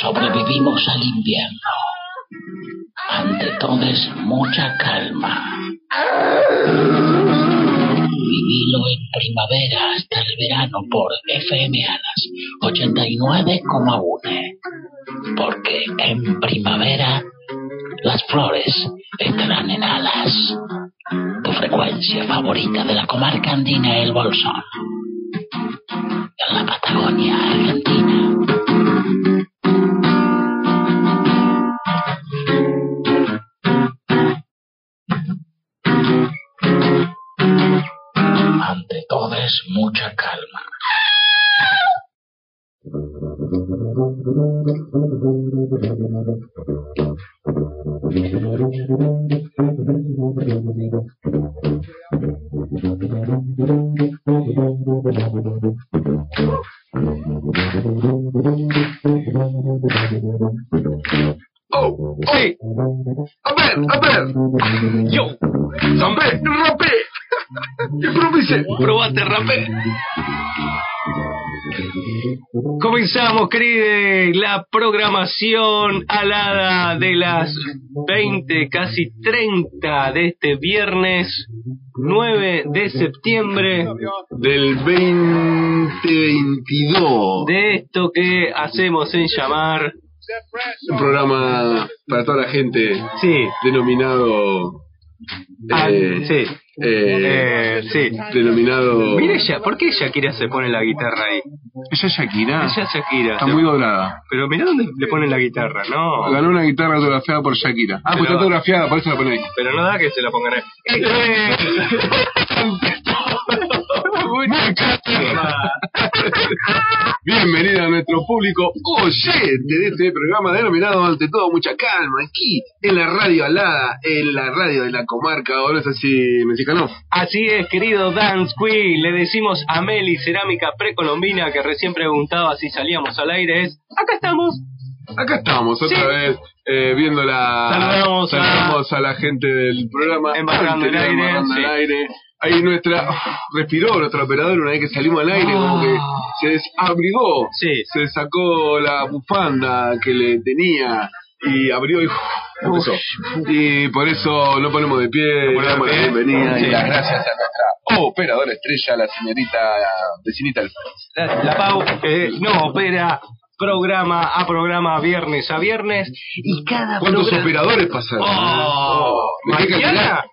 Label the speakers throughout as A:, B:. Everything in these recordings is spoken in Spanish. A: Sobrevivimos al invierno. Ante todo es mucha calma. Vivilo en primavera hasta el verano por FM Alas 89,1. Porque en primavera las flores estarán en alas. Tu frecuencia favorita de la comarca andina El Bolsón. En la Patagonia Argentina. Ante todo es mucha calma.
B: Oh, sí. A ver, a ver. Yo, zambé, rapé. Improvisé. Probate, rapé. Comenzamos, querida, la programación alada de las 20, casi 30 de este viernes 9 de septiembre
C: Del 2022.
B: de esto que hacemos en llamar.
C: Un programa para toda la gente
B: Sí,
C: denominado.
B: ah,
C: eh,
B: sí,
C: eh,
B: eh, sí.
C: denominado.
B: Mira ella, ¿por qué Shakira se pone la guitarra ahí?
D: Ella es Shakira.
B: Ella es Shakira.
D: Está muy doblada.
B: Pero mirá dónde le ponen la guitarra, no.
D: Ganó una guitarra autografiada por Shakira. Ah, pues
B: Pero-
D: está autografiada, por eso la pone ahí.
B: Pero no da que se la pongan ahí. Esto
C: Bienvenida a nuestro público oyente de este programa denominado Ante todo Mucha Calma, aquí en la radio alada, en la radio de la comarca. Ahora es así, mexicano.
B: Así es, querido Dance Queen. Le decimos a Meli Cerámica Precolombina, que recién preguntaba si salíamos al aire, es... Acá estamos.
C: Acá estamos otra
B: Sí.
C: vez eh, viendo la.
B: Saludamos a-
C: saludamos a... la gente del programa.
B: Embarrando el
C: anterior,
B: aire,
C: embarrando
B: sí.
C: el aire. Ahí nuestra. oh, respiró nuestra operadora una vez que salimos al aire, como que se desabrigó.
B: Ah. Sí.
C: Se sacó la bufanda que le tenía y abrió y. empezó. Y por eso no ponemos de pie, le damos la bienvenida
B: Sí.
C: y las gracias a nuestra operadora estrella, la señorita vecinita del
B: La, la Pau eh, no opera programa a programa, viernes a viernes. Y cada
C: ¿Cuántos
B: programa-
C: operadores pasaron?
B: Ah, Oh,
C: ¿De qué calidad?
B: ¿Mañana?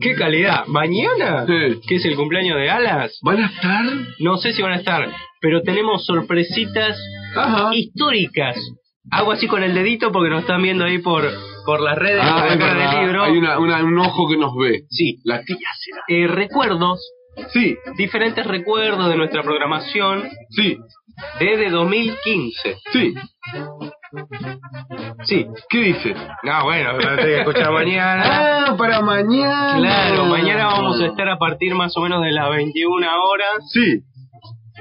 B: ¿Qué calidad? ¿Mañana?
C: Sí.
B: Que es el cumpleaños de Alas.
C: ¿Van a estar?
B: No sé si van a estar, pero tenemos sorpresitas
C: Ajá.
B: históricas. Hago así con el dedito porque nos están viendo ahí por, por las redes,
C: Ah,
B: por la
C: es
B: cara
C: verdad.
B: del libro.
C: Hay una, una- un ojo que nos ve.
B: Sí.
C: La tía será.
B: Eh, recuerdos,
C: Sí,
B: diferentes recuerdos de nuestra programación
C: sí,
B: desde 2015.
C: sí.
B: Sí.
C: ¿Qué dice?
B: No, bueno, la tengo que escuchar mañana.
C: Ah, para mañana.
B: Claro, mañana vamos a estar a partir más o menos de las 21 horas
C: Sí.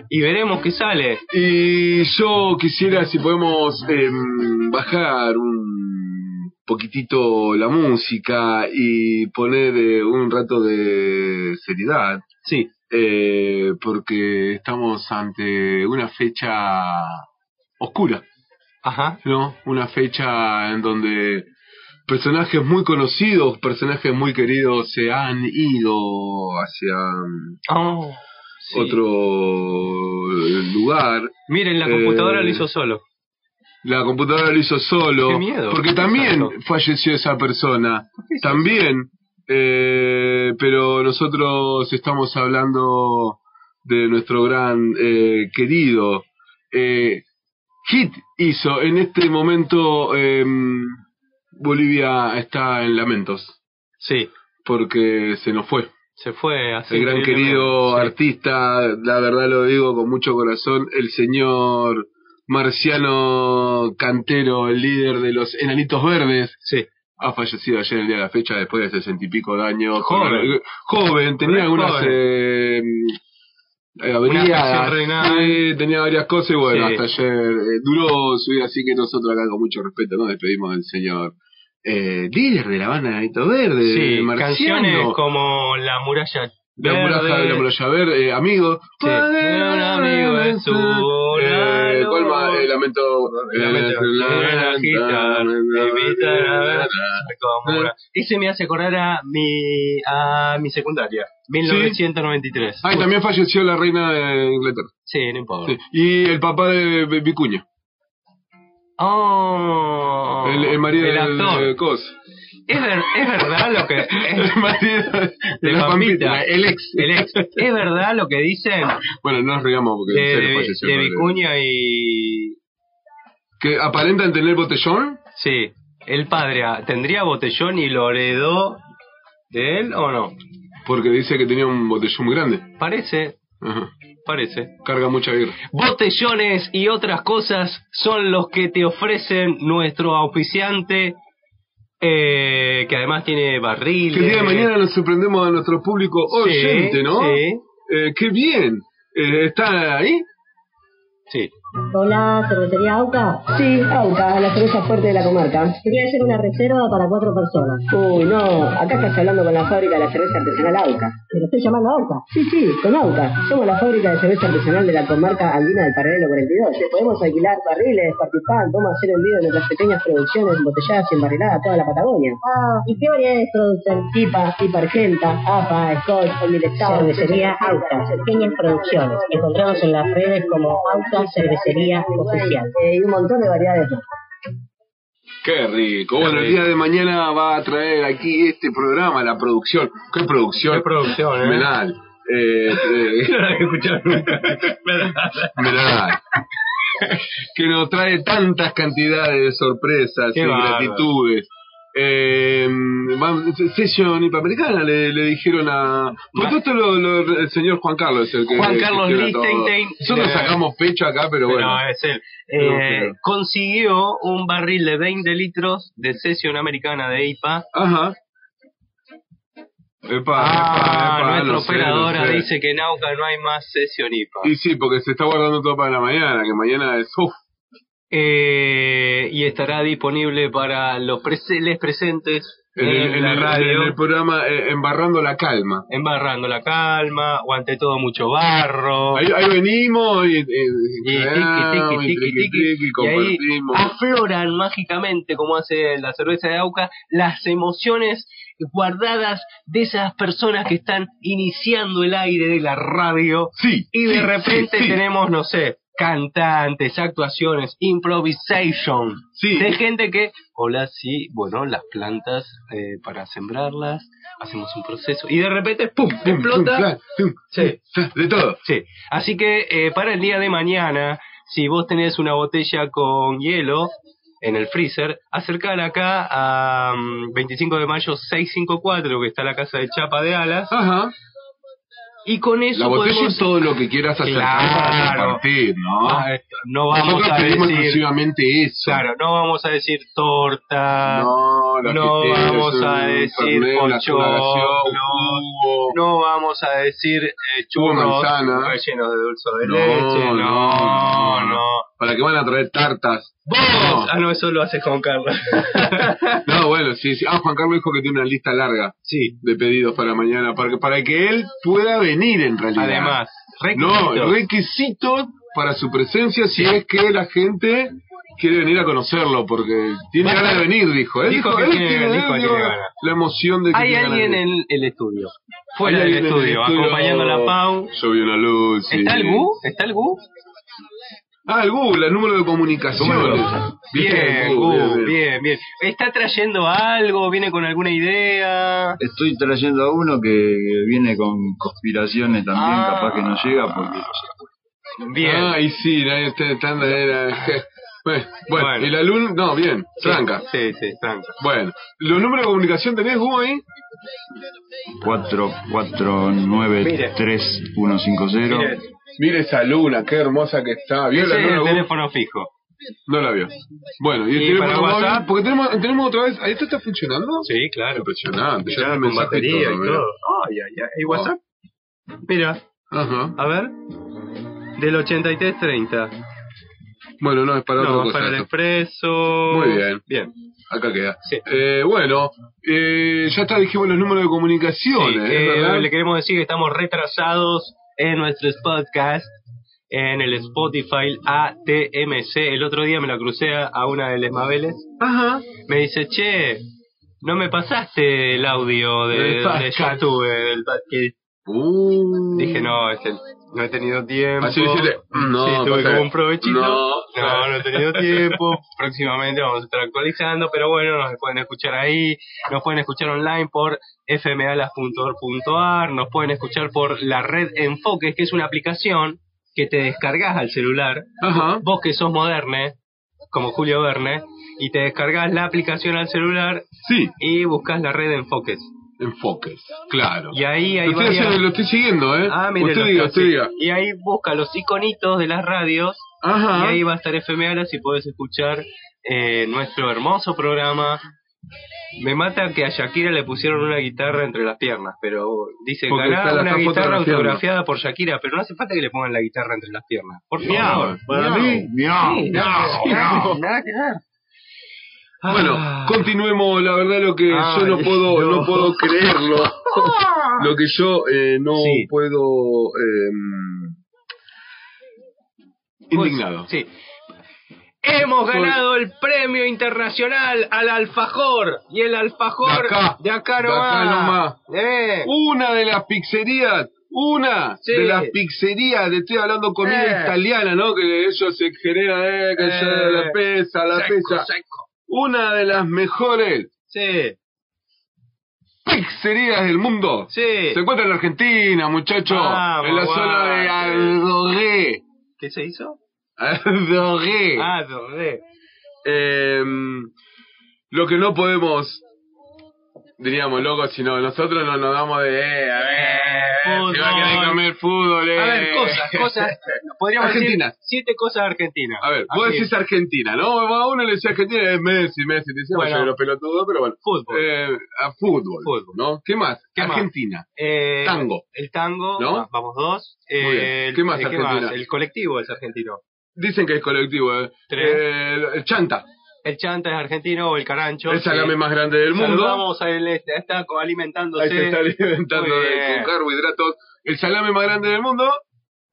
B: y veremos qué sale.
C: Y yo quisiera si podemos em, bajar un poquitito la música y poner eh, un rato de seriedad.
B: Sí.
C: eh, porque estamos ante una fecha oscura.
B: Ajá.
C: ¿no? Una fecha en donde personajes muy conocidos, personajes muy queridos se han ido hacia mm,
B: Oh, sí.
C: otro eh, lugar.
B: Miren, la computadora
C: Eh,
B: lo hizo solo.
C: La computadora lo hizo solo,
B: Qué miedo.
C: porque también
B: Exacto.
C: falleció esa persona, también, eh, pero nosotros estamos hablando de nuestro gran eh, querido. Eh, Hit hizo, en este momento em, Bolivia está en lamentos,
B: Sí,
C: porque se nos fue.
B: se fue así.
C: el gran querido
B: increíblemente.
C: artista, la verdad lo digo con mucho corazón, el señor Marciano Cantero, el líder de los Enanitos Verdes,
B: Sí. sí.
C: ha fallecido ayer el día de la fecha después de sesenta y pico de años.
B: Joven.
C: Joven,
B: Re
C: tenía algunas...
B: joven.
C: eh, eh, avenidas,
B: Una afección renal.
C: sí, tenía varias cosas y bueno,
B: Sí.
C: hasta ayer eh, duró su vida, así que nosotros acá con mucho respeto nos despedimos del señor eh, líder de la banda Enanitos Verdes, Marciano.
B: canciones como La muralla
C: La
B: verde.
C: muralla, la muralla verde, eh, amigo.
B: Sí. Un amigo es un
C: Eh, de Lamento. eh,
B: Lamento- Lamento- Lamento- Como ahora. Ese me hace acordar a mi, a mi secundaria, 1993.
C: Ah, y también falleció la reina de Inglaterra.
B: Sí, no importa.
C: Sí. Y el papá de Vicuña.
B: Oh,
C: El, el marido
B: el
C: del-
B: actor.
C: del Cos.
B: ¿Es, ver- es verdad lo que.
C: El marido
B: de
C: de
B: Pampita.
C: la Pampita. El ex.
B: el ex. ¿Es verdad lo que dicen
C: Bueno, no nos riamos
B: de,
C: porque en serio
B: de,
C: falleció.
B: de
C: el padre.
B: Vicuña y.
C: Que aparentan tener botellón.
B: Sí, el padre ah, tendría botellón y lo heredó de él o no?
C: Porque dice que tenía un botellón muy grande.
B: Parece,
C: Ajá.
B: parece.
C: Carga mucha birra.
B: Botellones y otras cosas son los que te ofrecen nuestro auspiciante, eh, que además tiene barril.
C: Que el día de mañana nos sorprendemos a nuestro público oyente, ¿no?
B: Sí,
C: Eh, ¡Qué bien! Eh, ¿Está ahí?
B: sí.
E: Hola, cervecería Auca. Sí, Auca, la cerveza fuerte de la comarca. Quería hacer una reserva para cuatro personas. Uy, no, acá estás hablando con la fábrica de la cerveza artesanal Auca. ¿Pero estoy llamando a Auca? Sí, sí, con Auca. Somos la fábrica de cerveza artesanal de la comarca andina del Paralelo 42. Te podemos alquilar barriles, participar, vamos a hacer envío de nuestras pequeñas producciones embotelladas y embarriladas a toda la Patagonia. Ah, ¿y qué variedades producen? IPA, IPA Argenta, APA, Scotch, Omilexado. Cervecería Auca, pequeñas producciones. Encontramos en las redes como Auca Cervecería Oficial. y un montón de variedades más.
C: Qué rico. Bueno, el día de mañana va a traer aquí este programa, la producción. ¿Qué producción?
B: Qué producción, ¿eh?
C: Menal. Eh, eh,
B: No la había escuchado nunca.
C: menal. que nos trae tantas cantidades de sorpresas
B: Qué
C: y
B: bárbaro.
C: gratitudes. Eh, van- se- sesión hispanoamericana le, le dijeron a. Por
B: Bueno.
C: esto lo- lo- el señor Juan Carlos es el que.
B: Juan Carlos
C: gestiona todo.
B: Lichtenstein.
C: Nosotros
B: Eh,
C: sacamos pecho acá, pero bueno.
B: Pero es él.
C: Pero
B: Eh,
C: bueno.
B: consiguió un barril de 20 litros de sesión americana de IPA.
C: Ajá. Epa,
B: Ah,
C: epa, epa,
B: nuestra
C: lo sé, lo
B: operadora
C: sé. Mm.
B: dice que en Auca no hay más sesión IPA.
C: Y sí, porque se está guardando todo para la mañana, que mañana es... uf,
B: Eh, y estará disponible para los prese- les presentes
C: en, el- en
B: la
C: el,
B: radio,
C: en el programa eh, Embarrando la Calma.
B: embarrando la calma, o ante todo mucho barro.
C: Ahí, ahí venimos y, y,
B: Y tiqui,
C: creamos,
B: tiqui, tiqui,
C: y triqui,
B: tiqui,
C: triqui,
B: y ahí Ah.
C: compartimos.
B: afloran mágicamente, como hace la cerveza de Auca, las emociones guardadas de esas personas que están iniciando el aire de la radio
C: Sí,
B: y de
C: sí,
B: repente
C: sí, sí.
B: tenemos, no sé, cantantes, actuaciones, improvisation.
C: Sí.
B: De gente que, hola, sí, bueno, las plantas eh, para sembrarlas, hacemos un proceso y de repente, ¡pum!,
C: Pum, pum,
B: explota.
C: fla, pum,
B: Sí.
C: fla, De todo.
B: Sí. Así que eh, para el día de mañana, si vos tenés una botella con hielo en el freezer, acercala acá a mm, 25 de mayo 654, que está la casa de Chapa de Alas,
C: Ajá.
B: y con eso
C: La botella
B: podemos-
C: es todo lo que quieras hacer para
B: Claro.
C: compartir, ¿no?
B: Ah, esto, no vamos
C: Nosotros
B: a
C: pedimos
B: decir,
C: exclusivamente eso.
B: claro, no vamos a decir torta, no,
C: No, la
B: No
C: tetera,
B: vamos
C: eso,
B: a
C: un
B: decir
C: fernet, una
B: pochoclo,
C: sola gaseosa, un jugo.
B: vamos a decir eh,
C: Jugo de
B: churros
C: manzana.
B: rellenos de dulce de
C: No,
B: leche, no,
C: no,
B: no.
C: ¿Para qué van a traer tartas?
B: ¡Vos! Ah, no, eso lo hace Juan Carlos.
C: No, bueno, sí, sí. Ah, Juan Carlos dijo que tiene una lista larga
B: sí,
C: de pedidos para mañana, para que, para que él pueda venir en realidad.
B: además,
C: No,
B: requisitos.
C: requisitos para su presencia si es que la gente quiere venir a conocerlo, porque tiene
B: Basta.
C: ganas de venir, dijo. Él
B: Dijo
C: dijo,
B: que
C: él
B: tiene-
C: tiene-
B: dijo que
C: él
B: tiene
C: dio
B: ganas.
C: la emoción de que
B: Hay
C: tiene ganas de
B: alguien
C: venir.
B: en el estudio. Fuera
C: Hay
B: del
C: alguien en el
B: estudio, acompañando a la Pau.
C: Yo vi una luz. sí.
B: ¿Está el Gu? ¿Está el Gu?
C: Ah, el Gu, el número de comunicaciones.
B: Bien, Gu, bien, bien. ¿Está trayendo algo? ¿Viene con alguna idea?
F: Estoy trayendo a uno que viene con conspiraciones también,
B: Ah.
F: capaz que no llega porque
B: Bien.
C: Ah, y sí, nadie está tanda era. Bueno, bueno,
B: Bueno.
C: el alumno, no, bien, tranca.
B: Sí, sí, tranca.
C: Bueno, ¿los números de comunicación tenés, Gu, ahí?
F: 4493150.
B: Mire,
C: Mira esa luna, qué hermosa que está. ¿Vio
B: ese
C: la
B: es
C: luna,
B: el
C: Gu?
B: teléfono fijo.
C: No la vio. Bueno, y el
B: Y
C: teléfono
B: para
C: móvil,
B: WhatsApp.
C: porque tenemos, tenemos otra vez, ¿ahí esto está funcionando?
B: Sí, claro.
C: Impresionante, ya está el
B: con
C: mensaje
B: batería y
C: mira.
B: todo. Ay, ay, ay. ¿Y WhatsApp?
F: Oh.
B: Mira,
C: Ajá.
B: a ver. Del 8330.
C: Bueno, no, es para
B: No,
C: otra cosa.
B: para el
C: esto.
B: expreso.
C: Muy bien.
B: Bien.
C: Acá queda.
B: Sí.
C: Eh, bueno, eh, ya está, dijimos los números de
B: Sí,
C: comunicaciones. ¿es
B: eh,
C: verdad?
B: le queremos decir que estamos retrasados en nuestros podcasts. en el Spotify ATMC. El otro día me la crucé a- a una de las Mabeles.
C: Ajá.
B: Me dice, che, no me pasaste el audio de,
C: Del
B: donde yo
C: podcast.
B: estuve, del podcast".
C: Uh.
B: Dije, no, este, no he tenido tiempo.
C: Así dijiste, no,
B: Sí, tuve
C: pasa-
B: como un provechito.
C: No,
B: no, no he tenido tiempo. Próximamente vamos a estar actualizando, pero bueno, nos pueden escuchar ahí. Nos pueden escuchar online por fmalas.org.ar. Nos pueden escuchar por la red Enfoques, que es una aplicación que te descargas al celular.
C: Ajá.
B: Vos que sos moderne, como Julio Verne, y te descargas la aplicación al celular
C: Sí,
B: y buscas la red Enfoques.
C: enfoques, claro.
B: Y ahí hay
C: lo, estoy
B: varias-
C: haciendo- lo estoy siguiendo, ¿eh?
B: Ah, mire,
C: usted
B: los
C: diga,
B: que
C: usted
B: hace.
C: diga.
B: Y ahí busca los iconitos de las radios
C: Ajá.
B: y ahí va a estar FM Alas y podés escuchar eh, nuestro hermoso programa. Me mata que a Shakira le pusieron una guitarra entre las piernas, pero dice
C: Porque
B: ganar
C: está la
B: una
C: está
B: guitarra
C: fotografiando".
B: autografiada por Shakira, pero no hace falta que le pongan la guitarra entre las piernas. Por favor.
F: Para mí, no,
B: Sí,
F: no,
B: nada-
F: no.
B: nada que ver.
C: Bueno,
B: Ah.
C: continuemos, la verdad lo que
B: Ay,
C: yo no puedo, no,
B: no.
C: puedo creerlo. lo que yo eh, no
B: Sí.
C: puedo em, indignado.
B: Pues, Sí. Hemos ganado el premio internacional al alfajor. Y el alfajor
C: De acá.
B: de acá
C: De
B: nomás.
C: acá nomás.
B: Eh,
C: Una de las pizzerías, una
B: Sí.
C: de las pizzerías, te estoy hablando comida
B: Eh.
C: italiana, ¿no? Que ellos se genera, eh, que ya
B: Eh.
C: la pesa, la
B: seco,
C: pesa.
B: seco.
C: Una de las mejores
B: Sí,
C: pizzerías del mundo.
B: sí. Ah,
C: Se encuentra en la Argentina, muchacho.
B: Vamos,
C: en la zona de Aldogué.
B: ¿Qué se hizo?
C: Aldogué.
B: Ah, doré.
C: Em, lo que no podemos, diríamos, loco, sino nosotros no nos damos de, eh, a ver,
B: Fútbol.
C: se va a querer comer fútbol, eh.
B: A ver, cosas, cosas. Podríamos
C: Argentina. Ah,
B: decir siete cosas argentinas.
C: A ver, vos
B: Así.
C: decís Argentina, ¿no? A uno le decía Argentina, es Messi, Messi, te decía,
B: Bueno.
C: bueno, los pelotudos, pero bueno.
B: Fútbol.
C: Eh, a fútbol,
B: Fútbol.
C: ¿no? ¿Qué más?
B: ¿Qué más?
C: Argentina.
B: Eh,
C: tango.
B: El tango,
C: ¿No?
B: va- vamos dos.
C: Muy bien.
B: Eh, el-
C: ¿Qué más,
B: eh,
C: Argentina?
B: El colectivo es argentino.
C: Dicen que es colectivo, eh.
B: Tres.
C: Eh, el chanta,
B: El chanta es argentino o el carancho.
C: el salame
B: sí.
C: más grande del mundo.
B: Saludamos a él, este, está co- alimentándose.
C: Ahí se está alimentando
B: Muy
C: de,
B: bien.
C: con carbohidratos. El salame más grande del mundo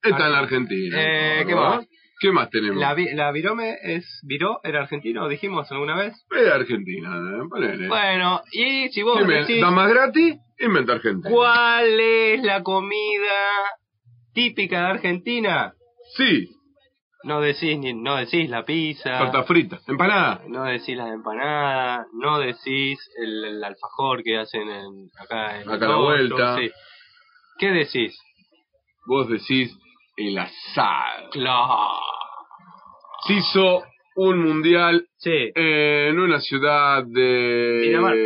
C: está en la Argentina.
B: Ah, Eh, ¿qué
C: ¿No?
B: más?
C: ¿Qué más tenemos?
B: La, vi- la virome es viró, era argentino, dijimos alguna vez.
C: Es Argentina, eh, ponele.
B: Bueno, y si vos
C: Dime,
B: decís
C: da más gratis, inventa Argentina.
B: cuál es la comida típica de Argentina,
C: Sí,
B: no decís ni, no decís la pizza,
C: torta frita, empanada.
B: no decís las empanadas, no decís el, el alfajor que hacen en- acá en
C: Acá a la
B: Loto,
C: vuelta.
B: sí. ¿Qué decís?
C: Vos decís el asado.
B: Claro.
C: Se hizo un mundial
B: Sí.
C: en una ciudad de
B: Dinamarca.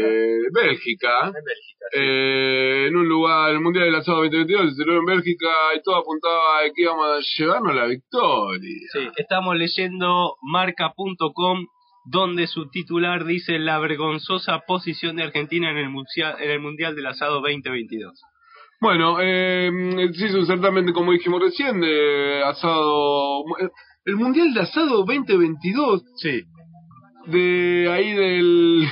C: Bélgica.
B: En Bélgica.
C: Eh, en un lugar, el Mundial del Asado 2022 se celebró en Bélgica y todo apuntaba a que íbamos a llevarnos la victoria.
B: Sí, estamos leyendo marca.com donde su titular dice la vergonzosa posición de Argentina en el, Mundial- en el Mundial del Asado 2022.
C: Bueno, eh, se hizo un certamen, como dijimos recién, de asado. El Mundial de Asado 2022
B: Sí,
C: de ahí del.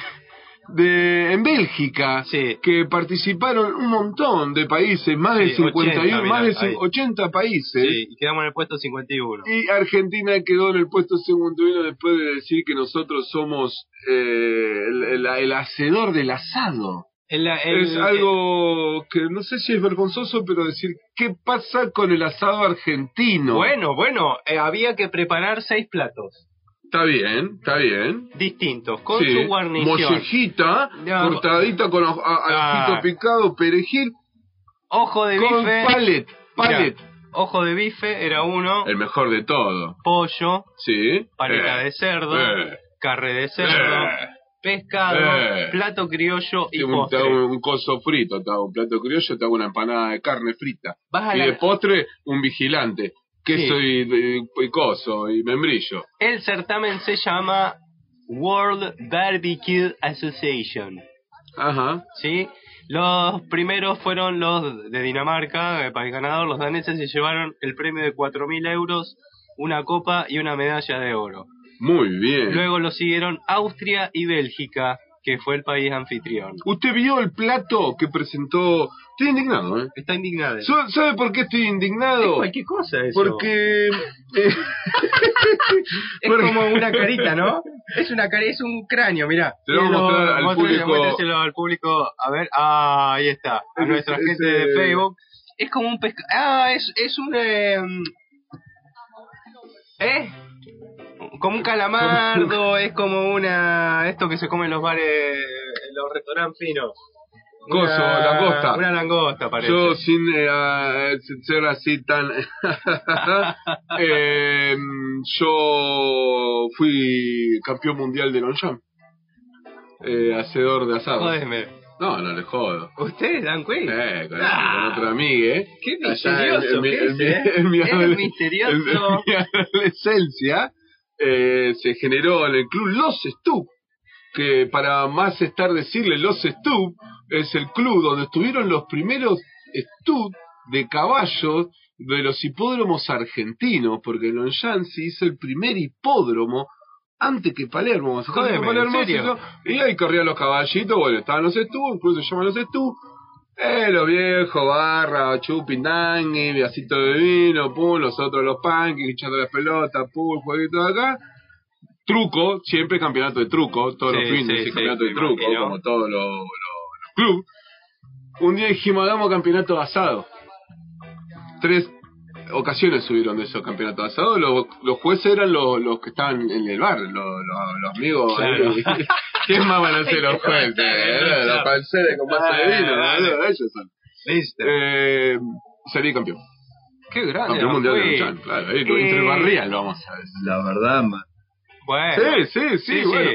C: De, en Bélgica,
B: Sí.
C: que participaron un montón de países, más de
B: Sí,
C: 51,
B: 80,
C: más de
B: mirá, ahí.
C: 80 países.
B: sí, y quedamos en el puesto 51.
C: Y Argentina quedó en el puesto segundo uno después de decir que nosotros somos eh, el, el- el hacedor del asado.
B: El- el- eh,
C: es algo que no sé si es vergonzoso, pero decir, ¿qué pasa con el asado argentino?
B: Bueno, bueno, eh, había que preparar seis platos
C: Está bien, está bien.
B: distintos con
C: Sí.
B: su guarnición.
C: Mollejita,
B: Ya,
C: cortadita con aj- a-
B: Ah.
C: ajito picado, perejil,
B: Ojo de
C: con
B: bife.
C: palet, palet.
B: Mirá, ojo de bife era uno.
C: El mejor de todo,
B: Pollo,
C: ¿sí?
B: paleta
C: Eh,
B: de cerdo,
C: eh,
B: carne de cerdo,
C: eh.
B: pescado,
C: Eh.
B: plato criollo y
C: Te hago un- te
B: postre.
C: hago un coso frito, te hago un plato criollo, te hago una empanada de carne frita.
B: Vas a
C: Y
B: Ah, la-
C: de postre, un vigilante. Queso
B: Sí.
C: y, y- y coso, y membrillo.
B: El certamen se llama World Barbecue Association.
C: Ajá.
B: ¿sí? Los primeros fueron los de Dinamarca, el país ganador. Los daneses se llevaron el premio de 4.000 euros, una copa y una medalla de oro.
C: Muy bien.
B: Luego lo siguieron Austria y Bélgica. que fue el país anfitrión.
C: ¿Usted vio el plato que presentó? Estoy indignado, ¿eh?
B: Está indignada. Es
C: So- ¿Sabe por qué estoy indignado?
B: cualquier cosa eso.
C: Porque... eh,
B: es
C: porque-
B: como una carita, ¿no? Es una cara, es un cráneo, mirá.
C: Te lo voy a
B: Mírenlo,
C: mostrar al
B: muéstrenle,
C: público.
B: muéstrenselo al público. A ver, ah, ahí está. A
C: Ese-
B: nuestra
C: ese-
B: gente de Facebook. Es como un pescado. Ah, es, es un. eh, ¿Eh? Como un calamardo, es como una. Esto que se come en los bares, en los restaurantes finos.
C: Coso, langosta.
B: Una langosta, parece.
C: Yo sin eh, ah, ser así tan... eh, yo fui campeón mundial de Longchamp. Eh, hacedor de asado.
B: Jódeme.
C: No, no le jodo.
B: ¿Ustedes dan cuenta?
C: Eh, con,
B: Ah.
C: con otra amiga, ¿eh?
B: Qué
C: Allá
B: misterioso
C: mi-
B: que es,
C: mi-
B: ¿eh?
C: en mi
B: Es
C: adole-
B: misterioso.
C: en- en mi adolescencia eh, se generó en el club Los Stu, que para más estar decirle Los Stu, es el club donde estuvieron los primeros Stu de caballos de los hipódromos argentinos, porque Longchamp se hizo el primer hipódromo antes que Palermo. Se hizo
B: Jodeme,
C: Palermo,
B: ¿en serio?
C: se hizo- Y ahí corrían los caballitos, bueno, estaban los Stu, el club se llama Los Stu, eh, los viejos, barra, chupindangui, vasito de vino, pum, los otros los punkies, hinchando las pelotas, pum, jueguito de acá. Truco, siempre campeonato de truco, todos los
B: Sí,
C: fines
B: sí,
C: hay
B: sí,
C: campeonato de
B: me
C: truco,
B: imagino.
C: como todos los, los- los clubes. Un día dijimos, hagamos campeonato de asado. Tres ocasiones subieron de esos campeonatos de asado. Los, los jueces eran los, los que estaban en el bar, los, los- los amigos.
B: Claro.
C: ahí. ¿Quién más van a ser los jueces? eh? Los panceres
B: Ah,
C: con vaso de vino, boludo, ellos son.
B: Listo.
C: Eh, salí campeón.
B: Qué grande.
C: Campeón mundial de
B: Rafael.
C: luchán, claro. Ahí,
B: Eh.
C: Entre barrial, vamos a ver.
F: La verdad, ma-
B: Bueno.
C: Sí, sí, sí,
B: Eh, Sí,
C: bueno.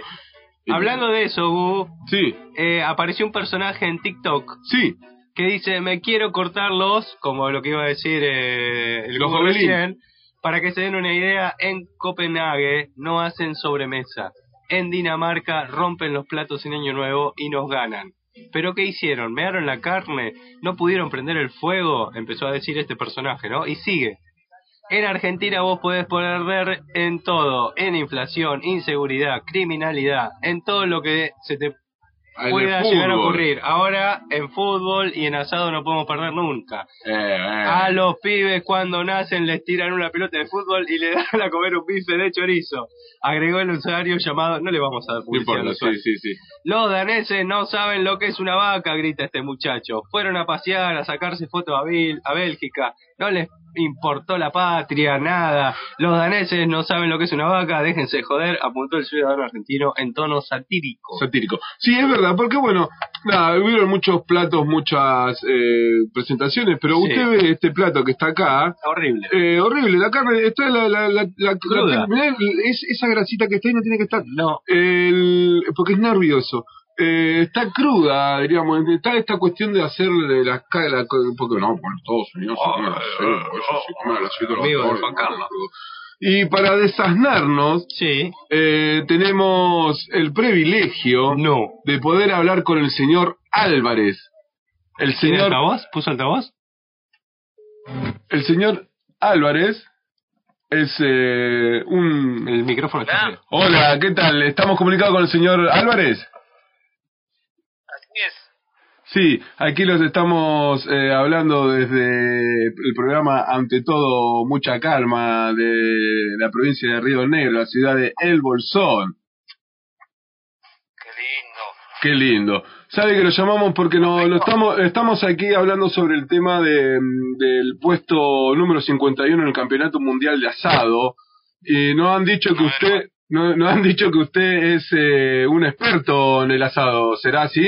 B: sí. Hablando de eso, Gu,
C: Sí,
B: eh, apareció un personaje en TikTok
C: sí.
B: que dice, me quiero cortar los, como lo que iba a decir eh, el
C: Los
B: Gu
C: Gobelín.
B: recién, para que se den una idea, en Copenhague no hacen sobremesa. En Dinamarca rompen los platos en Año Nuevo y nos ganan. ¿Pero qué hicieron? ¿Mearon la carne? ¿No pudieron prender el fuego? Empezó a decir este personaje, ¿no? Y sigue. En Argentina vos podés poder ver en todo, en inflación, inseguridad, criminalidad, en todo lo que se te
C: En el
B: pueda llegar a
C: fútbol.
B: ocurrir. Ahora en fútbol y en asado no podemos perder nunca.
C: Eh, eh.
B: A los pibes cuando nacen les tiran una pelota de fútbol y le dan a comer un bife de chorizo. Agregó el usuario llamado, no le vamos a dar
C: no
B: publicidad. al
C: importa, sí,
B: usuario.
C: sí, sí.
B: Los daneses no saben lo que es una vaca, grita este muchacho. Fueron a pasear, a sacarse fotos a, Bil- a Bélgica. No les importó la patria, nada. Los daneses no saben lo que es una vaca, déjense joder, apuntó el ciudadano argentino en tono satírico.
C: satírico. Sí, es verdad, porque bueno, nada, hubieron muchos platos, muchas eh, presentaciones, pero
B: Sí.
C: usted ve este plato que está acá,
B: Horrible.
C: eh, horrible, la carne, está la, la, la, la-
B: Cruda.
C: la- mirá, es, esa grasita que está ahí no tiene que estar,
B: No,
C: El- porque es nervioso. Eh, está cruda, diríamos, está esta cuestión de hacer de las ca- la co- porque no, por Estados Unidos se comen a las seis, por eso se comen a las siete de la
B: Ah, amigo de
C: tarde,
B: Juan Carlos.
C: Y para desasnarnos,
B: sí,
C: eh, tenemos el privilegio
B: no.
C: de poder hablar con el señor Álvarez. El
B: ¿Tiene
C: señor,
B: altavoz? ¿Puso altavoz?
C: el señor Álvarez es eh, un...
B: El micrófono está feo.
C: Hola, ¿qué tal? ¿Estamos comunicados con el señor Álvarez?
G: Así es.
C: Sí, aquí los estamos eh, hablando desde el programa Ante Todo Mucha Calma de la provincia de Río Negro, la ciudad de El Bolsón.
G: Qué lindo.
C: Qué lindo. Sabe que lo llamamos porque no, lo estamos, estamos aquí hablando sobre el tema de, mm, del puesto número 51 en el Campeonato Mundial de Asado. Y nos han dicho que usted, no, nos han dicho que usted es eh, un experto en el asado. ¿Será así?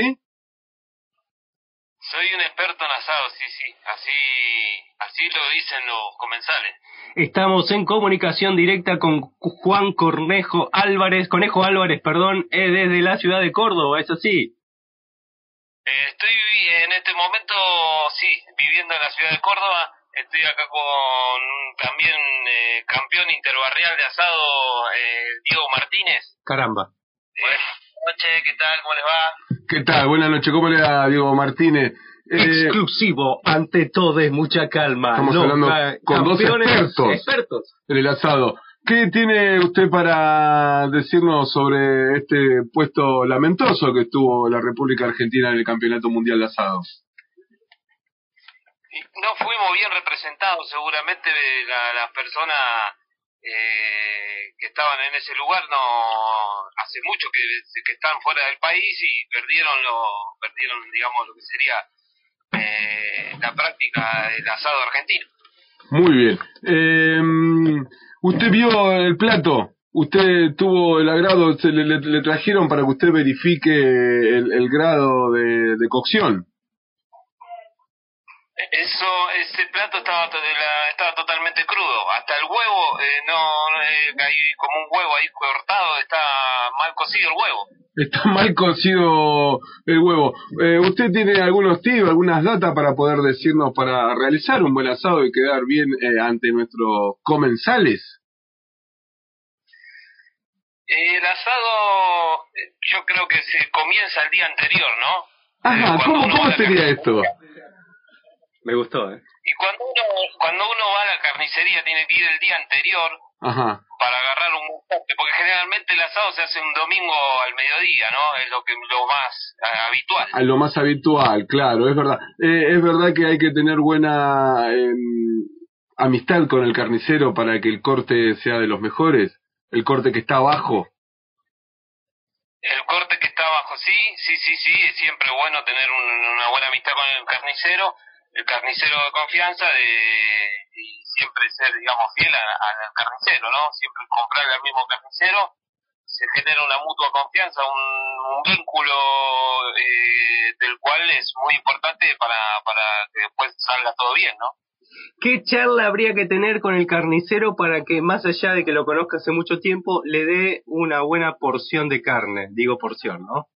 G: Soy un experto en asado, sí, sí. Así, así lo dicen los comensales.
B: Estamos en comunicación directa con Juan Cornejo Álvarez, Conejo Álvarez, perdón, eh, desde la ciudad de Córdoba, ¿es así?
G: Eh, estoy vi- en este momento, sí, viviendo en la ciudad de Córdoba. Estoy acá con un también eh, campeón interbarrial de asado, eh, Diego Martínez.
B: Caramba.
G: Buenas noches, ¿qué tal? ¿Cómo les va?
C: ¿Qué tal? Buenas noches. ¿Cómo le va, Diego Martínez? Eh,
B: Exclusivo, ante todo es mucha calma.
C: Estamos
B: Los
C: hablando
B: ca-
C: con dos
B: campeones
C: expertos.
B: expertos.
C: en el asado. ¿Qué tiene usted para decirnos sobre este puesto lamentoso que estuvo la República Argentina en el Campeonato Mundial de Asados?
G: Y No fuimos bien representados, seguramente la- las personas eh, que estaban en ese lugar no hace mucho que, que están fuera del país y perdieron lo perdieron digamos lo que sería eh, la práctica del asado argentino.
C: Muy bien. Eh, usted vio el plato, usted tuvo el agrado, se le, le- le trajeron para que usted verifique el, el grado de, de cocción.
G: Eso, ese plato estaba, to- de la- estaba totalmente crudo. Hasta el huevo, eh, no, no, eh, hay como un huevo ahí cortado, está mal cocido el huevo.
C: Está mal cocido el huevo. Eh, ¿Usted tiene algunos tips, algunas datas para poder decirnos para realizar un buen asado y quedar bien eh, ante nuestros comensales?
G: Eh, el asado, eh, yo creo que se comienza el día anterior, ¿no?
C: Ajá,
G: Cuando
C: ¿cómo,
G: uno
C: cómo
G: va a la
C: sería
G: carnicería-
C: esto?
B: Me gustó, ¿eh?
G: Y cuando uno, cuando uno va a la carnicería, tiene que ir el día anterior
C: Ajá,
G: para agarrar un buen corte, porque generalmente el asado se hace un domingo al mediodía, ¿no? Es lo que lo más eh, habitual.
C: a lo más habitual, claro, es verdad. Eh, es verdad que hay que tener buena eh, amistad con el carnicero para que el corte sea de los mejores, el corte que está abajo.
G: El corte que está abajo, sí, sí, sí, sí, es siempre bueno tener un- una buena amistad con el carnicero, el carnicero de confianza, de, y siempre ser, digamos, fiel a- al carnicero, ¿no? Siempre comprarle al mismo carnicero, se genera una mutua confianza, un, un vínculo eh, del cual es muy importante para, para que después salga todo bien, ¿no?
B: ¿Qué charla habría que tener con el carnicero para que, más allá de que lo conozca hace mucho tiempo, le dé una buena porción de carne? Digo porción, ¿no?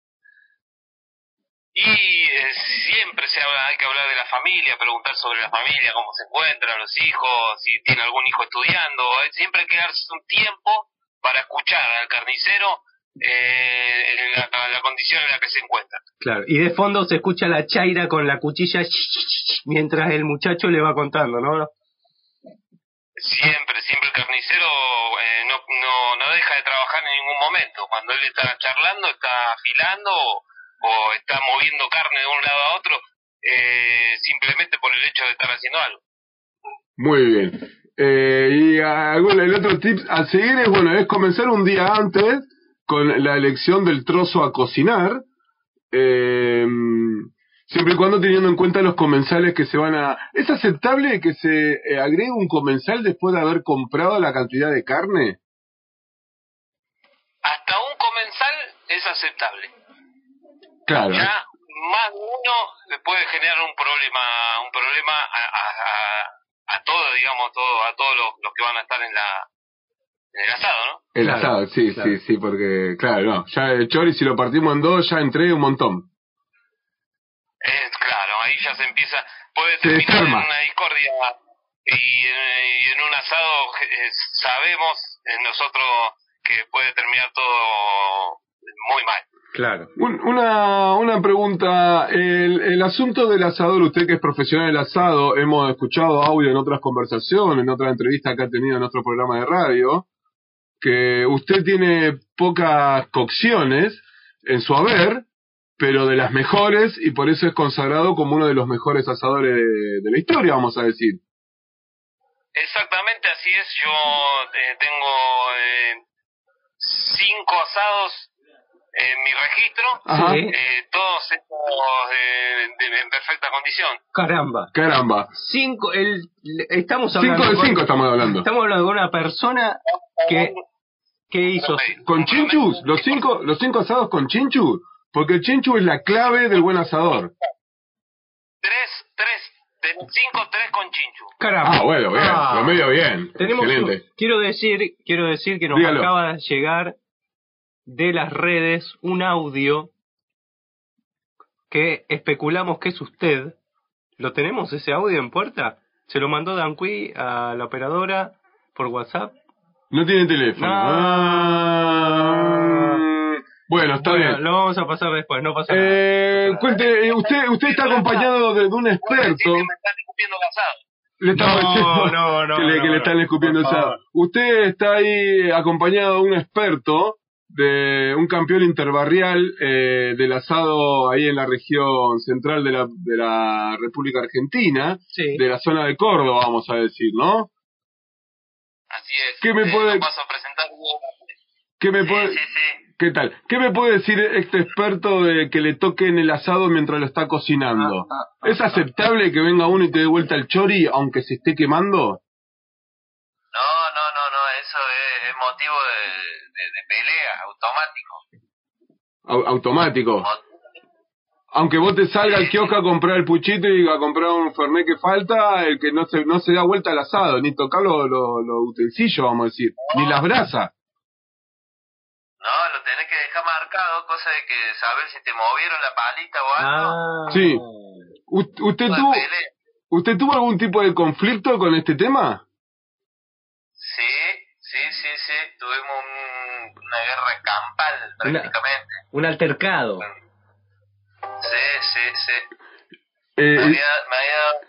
G: Y eh, siempre se habla, hay que hablar de la familia, preguntar sobre la familia, cómo se encuentra, los hijos, si tiene algún hijo estudiando. eh, Siempre hay que darse un tiempo para escuchar al carnicero eh, en la, a la condición en la que se encuentra.
B: Claro. Y de fondo se escucha la chaira con la cuchilla mientras el muchacho le va contando, ¿no?
G: Siempre, siempre el carnicero eh, no, no, no deja de trabajar en ningún momento. Cuando él está charlando, está afilando o, o está moviendo carne de un lado a otro, eh, simplemente por el hecho de estar haciendo algo.
C: Muy bien. Eh, y ah, bueno, el otro tip a seguir es, bueno, es comenzar un día antes con la elección del trozo a cocinar, eh, siempre y cuando teniendo en cuenta los comensales que se van a... ¿Es aceptable que se eh, agregue un comensal después de haber comprado la cantidad de carne?
G: Hasta un comensal es aceptable.
C: Claro.
G: ya más de uno le puede generar un problema un problema a, a, a- a todo digamos todo a todos los, los que van a estar en la en el asado no
C: El
B: Claro,
C: asado, sí,
B: claro.
C: sí, sí, porque, claro, no, ya el chori si lo partimos en dos, ya entré un montón.
G: Eh, claro ahí ya se empieza puede
C: Se
G: terminar en
C: desarma.
G: una discordia y en, y en un asado eh, sabemos eh, nosotros que puede terminar todo muy mal
B: Claro.
C: Un- una, una pregunta. El, el asunto del asador, usted que es profesional del asado, hemos escuchado audio en otras conversaciones, en otras entrevistas que ha tenido en nuestro programa de radio, que usted tiene pocas cocciones en su haber, pero de las mejores, y por eso es consagrado como uno de los mejores asadores de, de la historia, vamos a decir.
G: Exactamente así es. Yo eh, tengo eh, cinco asados en mi registro,
C: Ajá.
B: Sí.
G: eh, todos hechos, eh, de- en perfecta condición.
B: Caramba.
C: Caramba.
B: Cinco, el, le- estamos hablando.
C: Cinco de
B: con-
C: cinco estamos hablando.
B: Estamos hablando de una persona
G: Ah,
B: que, que hizo.
C: ¿Con chinchus? ¿Los cinco, los cinco asados con chinchu? Porque el chinchu es la clave del buen asador.
G: Tres, tres, de los cinco, tres con chinchu.
B: Caramba.
C: Ah, bueno, bien,
B: Ah.
C: promedio bien.
B: Tenemos
C: Excelente.
B: quiero decir, quiero decir que nos
C: Dígalo.
B: acaba de llegar de las redes un audio que especulamos que es usted. ¿Lo tenemos ese audio en puerta? Se lo mandó Dan Cui a la operadora por WhatsApp.
C: No tiene teléfono.
B: No.
C: Ah. Bueno, está
B: Bueno,
C: bien.
B: lo vamos a pasar después, no pasa nada.
C: Eh, cuente, eh, usted, usted está acompañado de, de un
G: Vos decís
C: experto.
G: que me están discutiendo el asado.
C: le estamos
B: No,
C: diciendo
B: no, no,
C: que, le,
B: no,
C: que le
B: no.
C: están escupiendo
B: Por
C: esa-
B: favor.
C: Usted está ahí acompañado de un experto, de un campeón interbarrial eh, del asado ahí en la región central de la, de la República Argentina,
B: Sí.
C: de la zona de Córdoba, vamos a decir, ¿no?
G: Así es.
C: ¿Qué me
G: Eh,
C: puede-
G: lo paso a presentar.
C: ¿Qué me
G: Sí,
C: puede,
G: sí, sí.
C: ¿Qué tal? ¿Qué me puede decir este experto de que le toquen el asado mientras lo está cocinando?
G: Ah,
C: ¿Es aceptable que venga uno y te dé vuelta el chori aunque se esté quemando?
G: No, no, no, no, eso es, es motivo de, de- de pelea, automático.
C: Au- automático. Aunque vos te salga al kiosco a comprar el puchito y a comprar un fernet que falta, el que no se, no se da vuelta al asado, ni tocar los lo, los utensilios, vamos a decir, ni las brasas.
G: No, lo tenés que dejar marcado, cosa de que saber si te movieron la palita o algo.
B: Ah.
C: Sí. U- ¿Usted
G: Pues,
C: tuvo,
G: pelea.
C: ¿Usted tuvo algún tipo de conflicto con este tema?
G: Sí, sí, sí, sí, tuvimos un- una guerra campal prácticamente.
H: Un altercado.
G: Sí, sí, sí.
C: Eh,
G: Me había, me había dado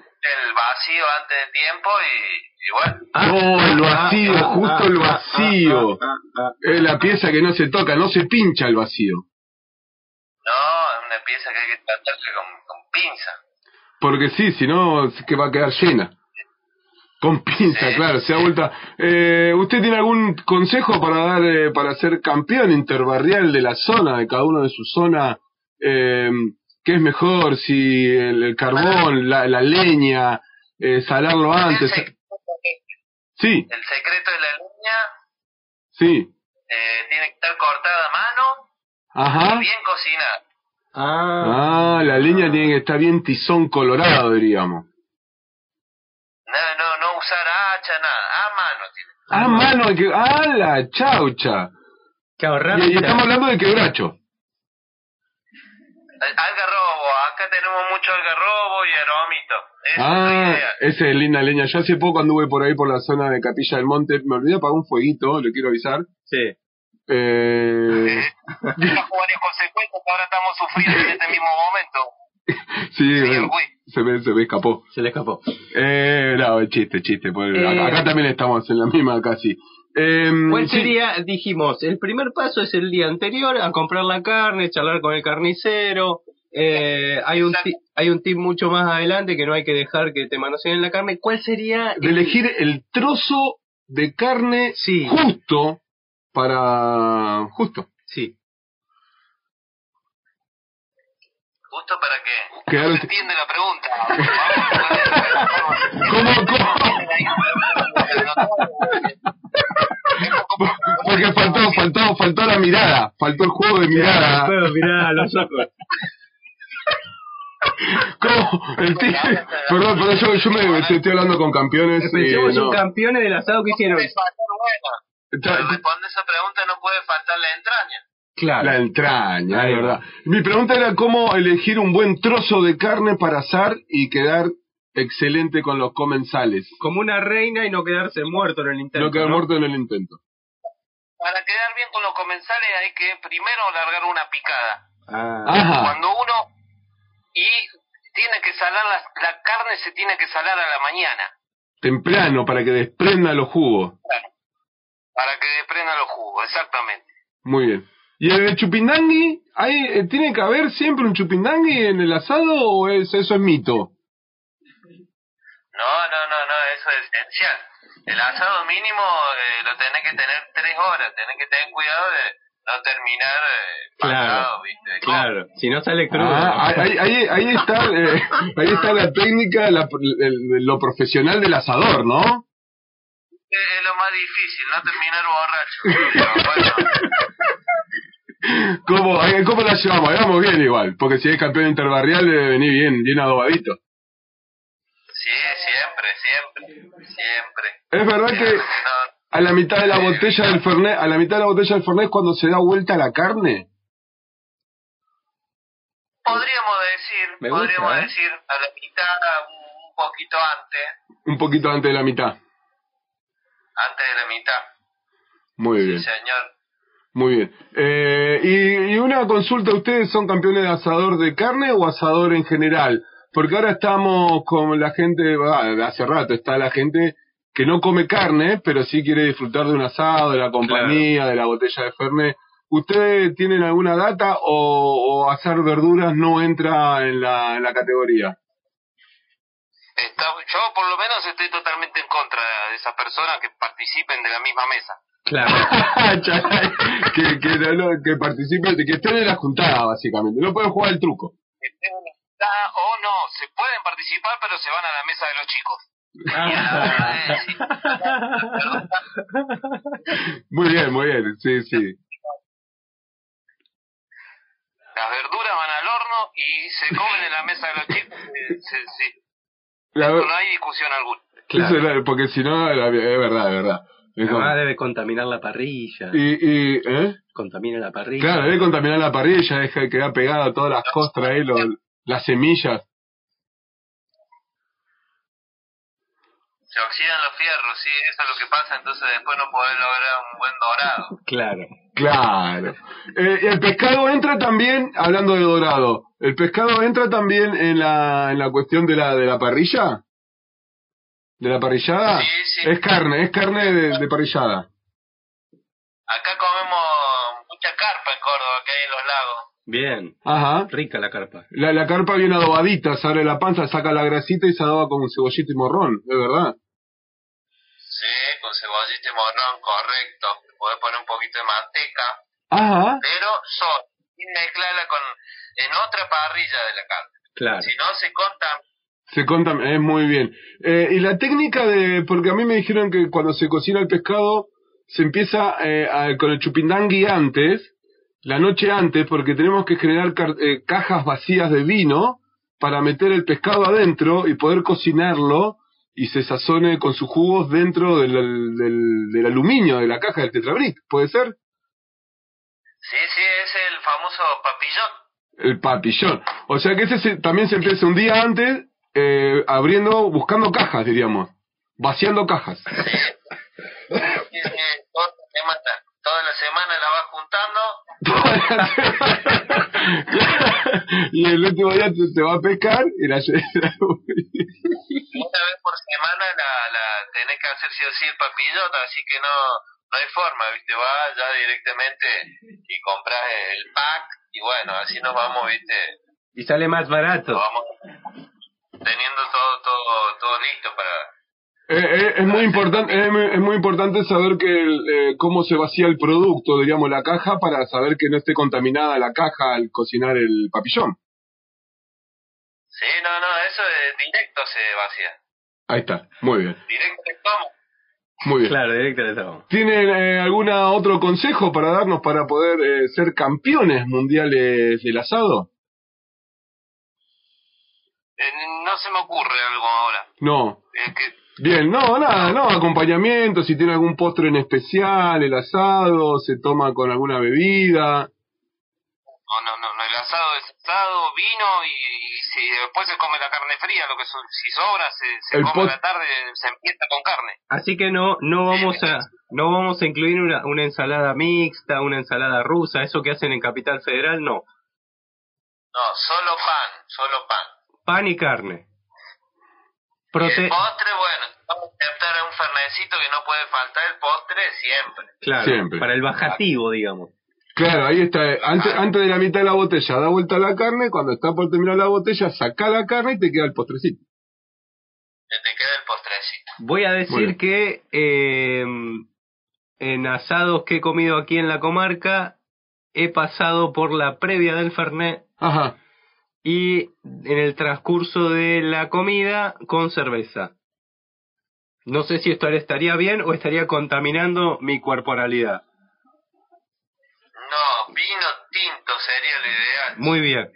G: el vacío antes de tiempo y, y bueno,
B: Ah,
C: eh, No, el vacío, justo el vacío. Es la pieza que no se toca, no se pincha el vacío.
G: no, es una pieza que hay que tratarse con, con pinza.
C: Porque sí, si no, es que va a quedar llena. Con pinza,
G: Sí.
C: claro, se da vuelta. Eh, ¿Usted tiene algún consejo para dar eh, para ser campeón interbarrial de la zona, de cada uno de su zona? Eh, ¿Qué es mejor? Si el, el carbón, la, la leña, eh, salarlo antes.
G: El, sec-
C: Sí,
G: el secreto de la leña
C: sí.
G: eh, tiene que estar cortada a mano
C: Ajá.
G: y bien cocinada.
H: Ah,
C: Ah, la leña tiene que estar bien tizón colorado, diríamos.
G: No, no, no usar hacha, nada, a mano. tiene.
C: Ah, mano, hay que... ah, la chaucha.
H: claro,
C: Y, y
H: rápida.
C: estamos hablando de quebracho.
G: Al- Algarrobo, acá tenemos mucho algarrobo y aromito. Esa es la
C: Ah,
G: idea.
C: esa es linda leña. Yo hace poco anduve por ahí por la zona de Capilla del Monte. Me olvidé apagar un fueguito, le quiero avisar.
H: Sí.
C: Eh,
G: Bajo varias consecuencias que ahora estamos sufriendo en este mismo momento.
C: sí,
G: Señor
C: bueno,
G: Gui.
C: se me, se me escapó.
H: Se le escapó.
C: Eh, no, es chiste, es chiste. por-
G: Eh.
C: acá, acá también estamos en la misma casi. Eh,
B: ¿Cuál
C: sí,
B: sería, dijimos, el primer paso es el día anterior a comprar la carne, charlar con el carnicero? eh, hay un ti- hay un tip mucho más adelante que no hay que dejar que te manoseen la carne. ¿Cuál sería? el-
C: de elegir el trozo de carne
B: Sí,
C: justo para... justo.
B: sí.
G: Justo para que
C: Quedaron-
G: no se entiende la pregunta. Vamos,
C: ¿Cómo, cómo? Porque faltó, faltó, faltó la mirada, faltó el juego de mirada.
H: mirá los ojos.
C: ¿Cómo? El tigre- Perdón, perdón, yo, yo me estoy estoy hablando con campeones. eh,
B: Pensemos
C: no.
B: en campeones del asado que hicieron.
G: Para
C: Tra-
G: responder esa pregunta no puede faltar la
B: ah,
G: entraña.
B: Claro.
C: La entraña, es verdad. Mi pregunta era cómo elegir un buen trozo de carne para asar y quedar excelente con los comensales.
B: Como una reina y no quedarse muerto en el intento.
C: No quedar
B: ¿no?
C: muerto en el intento.
G: Para quedar bien con los comensales hay que primero largar una picada.
B: Ah,
C: Ajá.
G: Cuando uno y tiene que salar la, la carne se tiene que salar a la mañana
C: Temprano, para que desprenda los jugos.
G: para que desprenda los jugos, exactamente.
C: Muy bien. ¿Y el de chupindangui? ¿Hay, eh, ¿Tiene que haber siempre un chupindangui en el asado o es, eso es mito?
G: No, no, no, no, eso es esencial. El asado mínimo eh, lo tenés que tener tres horas, tenés que tener cuidado de no terminar eh,
B: Claro,
G: pasado, ¿viste?
B: Claro. Si no sale crudo.
C: Ah, ahí, ahí, ahí está, eh, ahí está la técnica, la- el- lo profesional del asador, ¿no?
G: Es es lo más difícil, no terminar borracho. Pero bueno,
C: ¿Cómo, eh, ¿Cómo la llevamos? La llevamos bien igual, porque si es campeón interbarrial debe venir bien, bien adobadito.
G: sí, siempre, siempre, siempre.
C: Es verdad que
G: No,
C: a la mitad de la botella del Fernet, a la mitad de la botella del Fernet es cuando se da vuelta la carne.
G: Podríamos decir,
H: Me gusta,
G: podríamos
H: ¿eh?
G: decir, a la mitad, un poquito antes,
C: Un poquito antes de la mitad.
G: antes de la mitad,
C: Muy bien.
G: sí, señor.
C: Muy bien. Eh, y, y una consulta, ¿ustedes son campeones de asador de carne o asador en general? porque ahora estamos con la gente, ah, hace rato está la gente que no come carne, pero sí quiere disfrutar de un asado, de la compañía, de la botella de Fernet. ¿Ustedes tienen alguna data o, o hacer verduras no entra en la, en la categoría?
G: Está, yo por lo menos estoy totalmente en contra de esas personas que participen de la misma mesa.
H: Claro.
C: Chacal, que, que, no- no- que participen, que estén en la juntada, básicamente. No pueden jugar el truco.
G: Que tengan una juntada O no, se pueden participar, pero se van a la mesa de los chicos.
C: Muy bien, muy bien. Sí, sí.
G: Las verduras van al horno y se comen en la mesa de los chicos. eh, se- se-
C: La ver-
G: no hay discusión alguna.
C: eso era- porque si no, era- es verdad, es verdad. Es como-
H: Además Ah, debe contaminar la parrilla.
C: y, y, ¿eh?
H: Contamina la parrilla.
C: Claro, debe contaminar la parrilla, deja que queda pegada a todas las costras ahí, lo- las semillas.
G: Se oxidan los fierros, sí, eso es lo que pasa, entonces después no podés lograr un buen dorado.
H: Claro.
C: Claro. Eh, el pescado entra también, hablando de dorado, ¿el pescado entra también en la, en la cuestión de la, de la parrilla? ¿De la parrillada?
G: Sí, sí.
C: Ah. Es carne, es carne de, de parrillada.
G: Acá comemos mucha carpa en Córdoba que hay en los lagos.
H: Bien.
C: Ajá.
H: Rica la carpa.
C: La, la carpa viene adobadita, se abre la panza, saca la grasita y se adoba con cebollita y morrón, es verdad.
G: Sí, con cebollita y morrón, correcto. Le podés poner un poquito de manteca,
C: Ajá.
G: pero sol, y mezclarla con, en otra parrilla de la carne.
H: Claro.
G: Si no, se corta
C: Se conta, es muy bien. Eh, y la técnica de, porque a mí me dijeron que cuando se cocina el pescado se empieza eh, a- con el chupindangui antes, la noche antes, porque tenemos que generar car- eh, cajas vacías de vino para meter el pescado adentro y poder cocinarlo y se sazone con sus jugos dentro del, del, del aluminio de la caja del tetrabric, ¿puede ser?
G: Sí, sí, es el famoso papillón.
C: El papillón. O sea que ese se- también se empieza un día antes eh, abriendo, buscando cajas, diríamos, vaciando cajas.
G: Sí, sí, toda la semana, toda la semana la vas juntando.
C: y el último día te, te va a pescar y la lle-
G: Una vez por semana la, la tenés que hacer sí o sí el papillón, así que no, no hay forma, ¿viste? Vas ya directamente y compras el pack y bueno, así nos vamos, ¿viste?
H: Y sale más
G: Nos
H: barato.
C: Ah,
G: vamos teniendo todo, todo, todo listo para...
C: Eh, eh, es muy importante es, muy- es muy importante saber que el, eh, cómo se vacía el producto diríamos la caja para saber que no esté contaminada la caja al cocinar el papillón
G: Sí, no, no, eso es directo se vacía.
C: ahí está muy bien
G: Directo se toma.
C: muy bien
H: Claro, directo
C: tienen eh, algún otro consejo para darnos para poder eh, ser campeones mundiales del asado
G: Eh, no se me ocurre algo ahora.
C: no
G: Es que
C: Bien, no, nada, no, acompañamiento, si tiene algún postre en especial, el asado, se toma con alguna bebida.
G: No, no, no, no, el asado es asado, vino y, y si después se come la carne fría, lo que so- si sobra se, se
C: El
G: come
C: pot-
G: a la tarde, se empieza con carne.
H: Así que no, no vamos a, no vamos a incluir una, una ensalada mixta, una ensalada rusa, eso que hacen en Capital Federal, no.
G: No, solo pan, solo pan.
H: Pan y carne.
C: Eh.
G: Y
H: Prote
G: el
C: Ah,
G: postre, bueno, vamos a aceptar un fernecito que no puede faltar el postre siempre.
H: claro,
C: Siempre.
H: para el bajativo, digamos.
C: Claro, ahí está, eh, antes, antes de la mitad de la botella, da vuelta la carne, cuando está por terminar la botella, saca la carne y te queda el postrecito.
G: Que te queda el postrecito.
H: Voy a
C: Bueno.
H: decir que eh, en asados que he comido aquí en la comarca he pasado por la previa del Fernet
C: Ajá,
H: y en el transcurso de la comida con cerveza. No sé si esto estaría bien o estaría contaminando mi corporalidad.
G: No, vino tinto sería lo ideal.
H: Muy bien,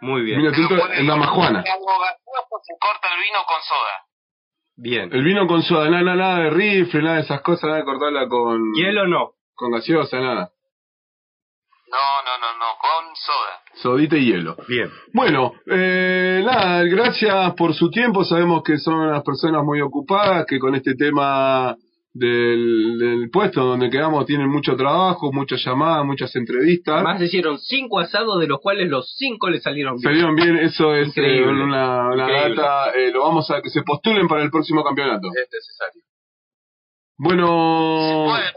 H: muy
C: Vino
H: bien,
C: tinto
G: Pero puede-
C: en Damajuana.
G: Algo gaseoso, Se corta el vino con soda.
H: bien.
C: el vino con soda, nada, nada, nada de rifle, nada de esas cosas, nada de cortarla con,
H: ¿Hielo no?
C: con gaseosa, nada.
G: No, no, no, no, con soda.
C: Sodita y hielo.
H: Bien.
C: Bueno, eh, nada, gracias por su tiempo. Sabemos que son unas personas muy ocupadas, que con este tema del, del puesto donde quedamos tienen mucho trabajo, muchas llamadas, muchas entrevistas.
B: Además hicieron cinco asados de los cuales los cinco le salieron bien.
C: Salieron bien, eso es eh,
B: Increíble.
C: una, una
B: Increíble. Eh,
C: data. eh, lo vamos a que se postulen para el próximo campeonato.
G: Es necesario.
C: Bueno,
G: Bueno,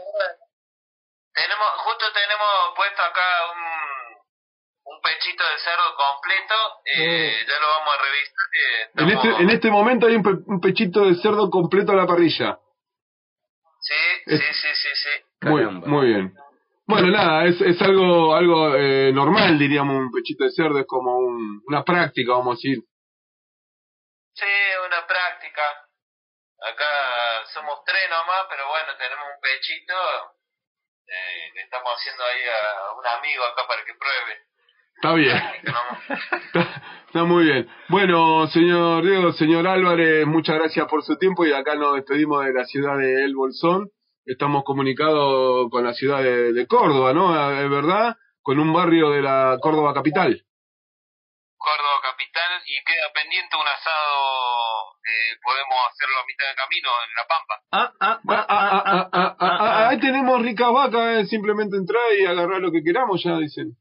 G: tenemos, justo tenemos puesto acá un, un pechito de cerdo completo. Eh, Ya lo vamos a revisar. eh,
C: Mm. en
G: estamos-
C: este, en este momento hay un, pe- un pechito de cerdo completo a la parrilla. eh.
G: Sí, sí, sí, sí, sí.
C: Muy,
B: Caramba.
C: muy bien. Bueno, nada, es, es algo algo eh, normal, diríamos, un pechito de cerdo, es como un- una práctica, vamos a decir.
G: Sí, una práctica. Acá somos tres nomás, pero bueno, tenemos un pechito. Eh, le estamos haciendo ahí a un amigo acá para que pruebe.
C: Está bien,
G: Vamos.
C: está, está muy bien. Bueno, señor Diego, señor Álvarez, muchas gracias por su tiempo y acá nos despedimos de la ciudad de El Bolsón. Estamos comunicados con la ciudad de, de Córdoba, ¿no? Eh, ¿Es verdad? Con un barrio de la Córdoba capital.
G: Córdoba capital y queda pendiente un asado. Eh, podemos hacerlo a mitad de camino en La Pampa.
B: Ah, ah,
C: Ah,
B: ah,
C: ah, ah, ah, ah, ah,
B: ah.
C: Ahí tenemos ricas vacas, eh, simplemente entrar y agarrar lo que queramos, ya dicen.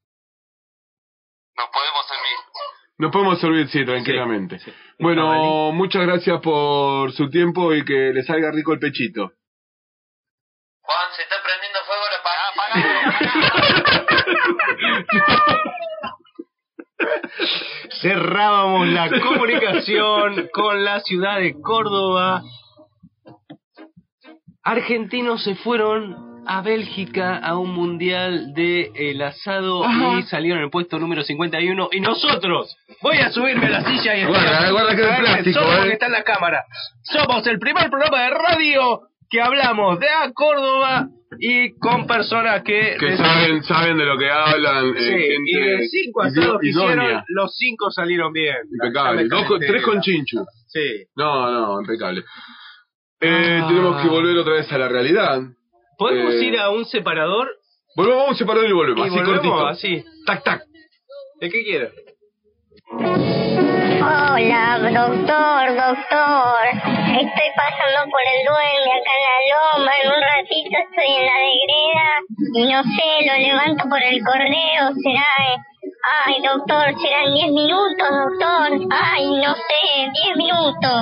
G: Nos podemos servir.
C: Nos podemos servir, sí, tranquilamente.
B: Sí, sí. Ah,
C: Bueno, muchas gracias por su tiempo y que le salga rico el pechito.
G: Juan, se está prendiendo fuego la pa- apagalo,
B: Cerrábamos la comunicación con la ciudad de Córdoba. Argentinos se fueron a Bélgica a un mundial de eh, el asado y salieron en el puesto número 51 y nosotros voy a subirme a la silla y estoy
C: Guarda,
B: haciendo
C: guarda que de
B: caña,
C: plástico,
B: solo
C: eh.
B: porque está en la cámara. Somos el primer programa de radio que hablamos de a Córdoba y con personas que,
C: Que saben, saben de lo que hablan. eh,
B: Sí,
C: gente
B: y de cinco asados que
C: idónea,
B: hicieron, los cinco salieron bien. Ya me
C: Impecable. Dos con-
B: calenté,
C: tres con
B: ya.
C: chinchu.
B: Sí.
C: No, no, impecable. Eh,
B: Ah.
C: Tenemos que volver otra vez a la realidad.
B: ¿Podemos
C: Eh,
B: ir a un separador?
C: Volvemos, vamos a separar y volvemos.
B: Y
C: así
B: volvemos
C: cortito.
B: así.
C: Tac, tac.
B: ¿De qué quieres?
I: Hola, doctor, doctor. Estoy pasando por el duende acá en la loma. En un ratito estoy en la degreda. Y no sé, lo levanto por el correo. Será. eh, Ay, doctor, serán 10 minutos, doctor. Ay, no sé, 10 minutos.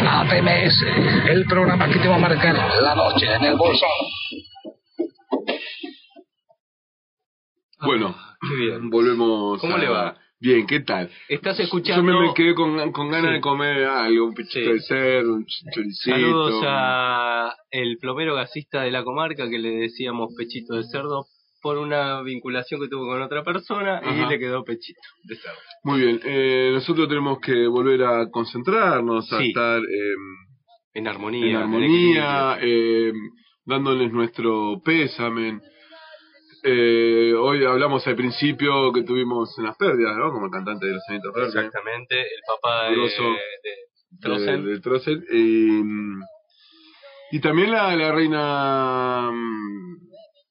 A: ATMS, el programa que te va a marcar la noche en el bolsón.
C: Bueno,
B: Ah, Qué bien.
C: volvemos.
B: ¿Cómo
C: a-
B: le va?
C: Bien, ¿qué tal?
B: Estás
C: Yo
B: escuchando.
C: me, me quedé con, con ganas
B: Sí.
C: de comer algo, un pechito
B: Sí.
C: de cerdo, un ch- choricito.
B: Saludos a el plomero gasista de la comarca que le decíamos pechito de cerdo por una vinculación que tuvo con otra persona y
C: Ajá.
B: le quedó pechito de cerdo.
C: Muy bien, eh, nosotros tenemos que volver a concentrarnos, a
B: Sí.
C: estar eh,
B: En armonía.
C: en
B: equilibrio.
C: armonía, eh, dándoles nuestro pésame. Eh, hoy hablamos al principio que tuvimos unas pérdidas, ¿no? Como el cantante de los Anitos Verdes,
B: Exactamente. El papá de,
C: Grosso.
B: de
C: de,
B: Trozen.
C: de Trossel, eh, y también la, la reina mm,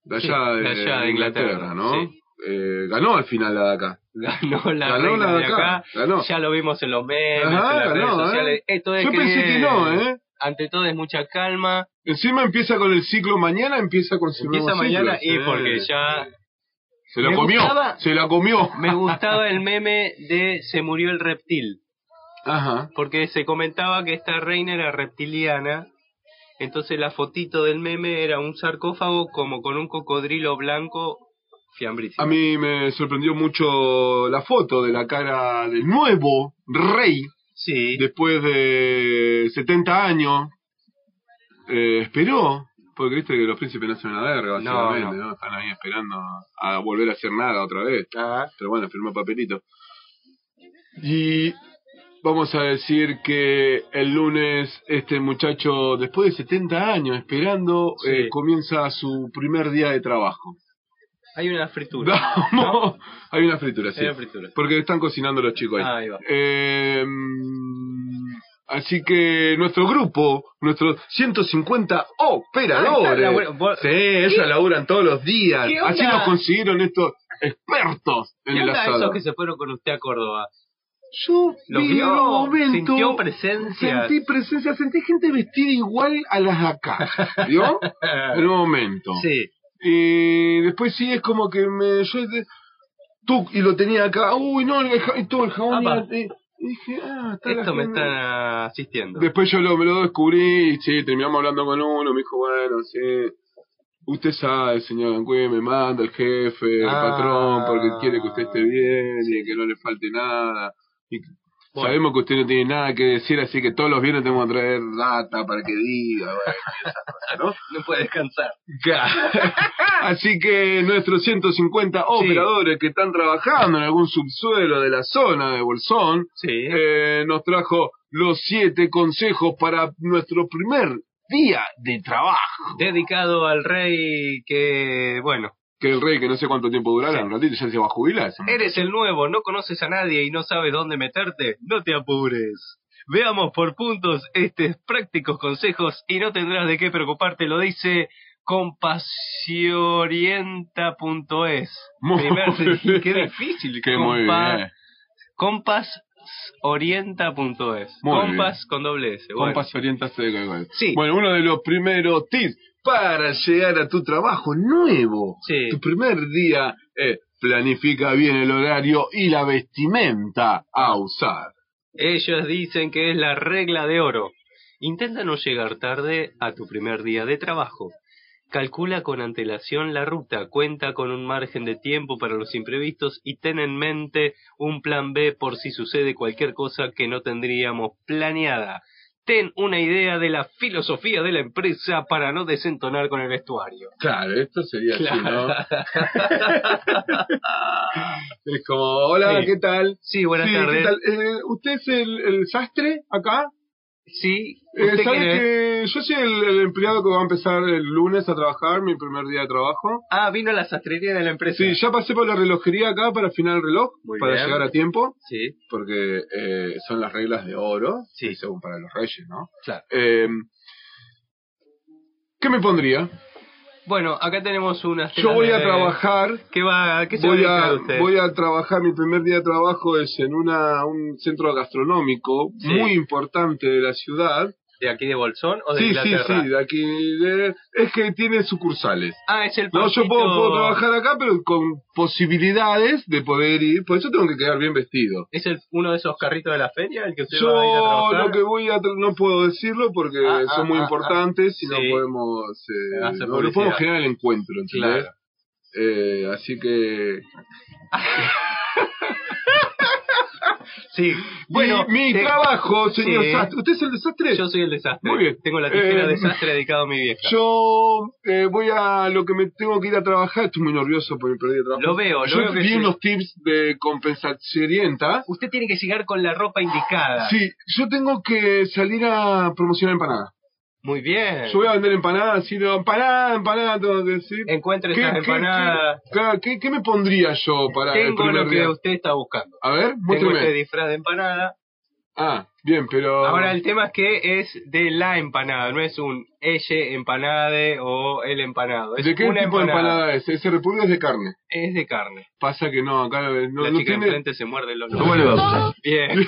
C: de
B: Sí,
C: allá, de,
B: de allá de
C: Inglaterra,
B: Inglaterra,
C: ¿no?
B: sí.
C: Eh, ganó al final la de acá.
B: ganó la
C: Ganó
B: reina
C: la de
B: de
C: acá,
B: acá,
C: ganó.
B: ya lo vimos en los memes,
C: Ajá,
B: en las
C: ganó,
B: redes sociales. Esto es
C: eh. Yo pensé que no, ¿eh?
B: Ante todo es mucha calma.
C: Encima empieza con el ciclo mañana, empieza con su
B: Empieza
C: nuevo
B: mañana
C: ciclo,
B: y
C: sí.
B: porque ya
C: se la
B: me
C: comió,
B: gustaba-
C: se la comió.
B: me gustaba el meme de se murió el reptil,
C: Ajá.
B: porque se comentaba que esta reina era reptiliana. Entonces la fotito del meme era un sarcófago como con un cocodrilo blanco
C: A
B: fiambrísimo.
C: mí me sorprendió mucho la foto de la cara del nuevo rey
B: Sí,
C: después de 70 años. Eh, esperó, porque viste que los príncipes no hacen una verga,
B: No,
C: básicamente,
B: no.
C: ¿no? Están ahí esperando a volver a hacer nada otra vez.
B: Ajá.
C: pero bueno, firmó papelito. Y vamos a decir que el lunes este muchacho, después de 70 años esperando,
B: Sí.
C: eh, comienza su primer día de trabajo.
B: hay una fritura.
C: Vamos. Hay una fritura, sí.
B: Hay una fritura.
C: Porque están cocinando los chicos ahí.
B: Ah, ahí va.
C: Eh, mm, así que nuestro grupo, nuestros 150
B: Ah, está
C: operadores,
B: la buena- vos-
C: sí, ellos laburan todos los días.
B: ¿Qué
C: Así
B: onda?
C: nos consiguieron estos expertos en
B: ¿Qué
C: el
B: onda
C: asado.
B: esos que se fueron con usted a Córdoba?
C: Yo
B: Lo
C: viví
B: vio,
C: un momento,
B: sintió presencia.
C: sentí presencia, sentí gente vestida igual a las de acá, ¿vio? en un momento.
B: Sí.
C: Y después sí es como que me yo de- tuc, y lo tenía acá, uy no, el ja- todo el jabón
B: Apa.
C: era- eh, y dije, ah, está la
B: Esto me
C: gente.
B: está asistiendo.
C: Después yo lo, me lo descubrí y sí, terminamos hablando con uno, me dijo, bueno, sí, usted sabe, señor Angüe, me manda el jefe, el
B: Ah.
C: patrón, porque quiere que usted esté bien y que no le falte nada. Y
B: Bueno.
C: Sabemos que usted no tiene nada que decir, así que todos los viernes tenemos que traer data para que diga. bueno".
B: No puede descansar.
C: Así que nuestros 150 operadores que están trabajando en algún subsuelo de la zona de Bolsón,
B: Sí.
C: eh, nos trajo los siete consejos para nuestro primer día de trabajo.
B: Dedicado al rey que, bueno,
C: Que el rey, que no sé cuánto tiempo durará, un ratito ya se va a jubilar. Eh, ese
B: Eres el nuevo, no conoces a nadie y no sabes dónde meterte, no te apures. Veamos por puntos estos prácticos consejos y no tendrás de qué preocuparte, lo dice compasiorienta.es.
C: Muy
B: Primer-
C: bien.
B: qué difícil.
C: Que muy
B: compa-
C: bien.
B: Compasorienta.es.
C: Muy bien.
B: Compas con doble S. bueno.
C: Compas, oriéntase de igual.
B: Sí.
C: Bueno, uno de los primeros tips para llegar a tu trabajo nuevo.
B: Sí.
C: Tu primer día eh, planifica bien el horario y la vestimenta a usar.
B: Ellos dicen que es la regla de oro. Intenta no llegar tarde a tu primer día de trabajo. Calcula con antelación la ruta, cuenta con un margen de tiempo para los imprevistos y ten en mente un plan B por si sucede cualquier cosa que no tendríamos planeada. Ten una idea de la filosofía de la empresa para no desentonar con el vestuario.
C: Claro, esto sería
B: Claro.
C: así, ¿no? Es como, hola,
B: Sí.
C: ¿qué tal?
B: Sí, buenas
C: Sí, ¿qué
B: tardes.
C: tal? Eh, ¿Usted es el, el sastre acá?
B: Sí,
C: Eh,
B: ¿usted
C: ¿Sabe
B: quién es?
C: que yo soy el, el empleado que va a empezar el lunes a trabajar, mi primer día de trabajo?
B: Ah, vino la sastrería de la empresa.
C: Sí, ya pasé por la relojería acá para afinar el reloj,
B: Muy
C: para
B: bien.
C: llegar a tiempo,
B: Sí.
C: porque eh, son las reglas de oro,
B: Sí.
C: según para los reyes, ¿no?
B: Claro.
C: Eh, ¿Qué me pondría?
B: Bueno, acá tenemos una...
C: Yo voy a trabajar
B: ¿Qué va? ¿A qué se
C: voy
B: va
C: a,
B: dedicar usted?
C: voy a trabajar, mi primer día de trabajo es en una, un centro gastronómico
B: Sí.
C: muy importante de la ciudad.
B: ¿De aquí de Bolsón o de
C: sí, sí,
B: Inglaterra?
C: sí, de aquí. de- es que tiene sucursales.
B: Ah, es el
C: No, yo
B: pancito-
C: puedo, puedo trabajar acá, pero con posibilidades de poder ir. Por eso tengo que quedar bien vestido.
B: ¿Es el, uno de esos carritos de la feria el que usted va a ir a
C: Yo
B: trabajar?
C: lo que voy a... tra- No puedo decirlo porque
B: Ah, ah,
C: son muy
B: ah,
C: importantes y no
B: Sí.
C: podemos... eh,
B: Hacer
C: no, no
B: publicidad.
C: podemos generar el encuentro, ¿entendés?
B: Claro.
C: Eh, así que
B: Sí. Bueno,
C: mi, mi
B: te-
C: trabajo, señor
B: Sí.
C: Sastre. ¿Usted es el desastre?
B: yo soy el desastre.
C: Muy bien.
B: Tengo la tijera
C: Eh,
B: desastre dedicado a mi vieja.
C: Yo eh, voy a lo que me tengo que ir a trabajar. Estoy muy nervioso por mi pérdida de trabajo.
B: Lo veo, lo
C: Yo
B: veo que
C: vi
B: sí.
C: unos tips de compensación.
B: Usted tiene que llegar con la ropa indicada.
C: Sí, yo tengo que salir a promocionar empanadas.
B: Muy bien.
C: Yo voy a vender empanadas, sí, no, empanada, empanada, tengo que decir.
B: Encuentre estas
C: qué,
B: empanadas.
C: claro, qué- qué me pondría yo para
B: Tengo
C: el primer
B: lo
C: día?
B: que usted está buscando.
C: A ver,
B: Tengo este
C: muéstrame.
B: disfraz de empanada.
C: Ah, bien, pero...
B: Ahora el tema es que es de la empanada, no es un ella empanade o el empanado. Es
C: ¿De qué
B: una
C: tipo de empanada es? Ese repulgue es de carne.
B: Es de carne.
C: Pasa que no, acá no,
B: la
C: no
B: chica
C: tiene...
B: enfrente se muerde los
J: ¿Cómo le va?
B: Bien.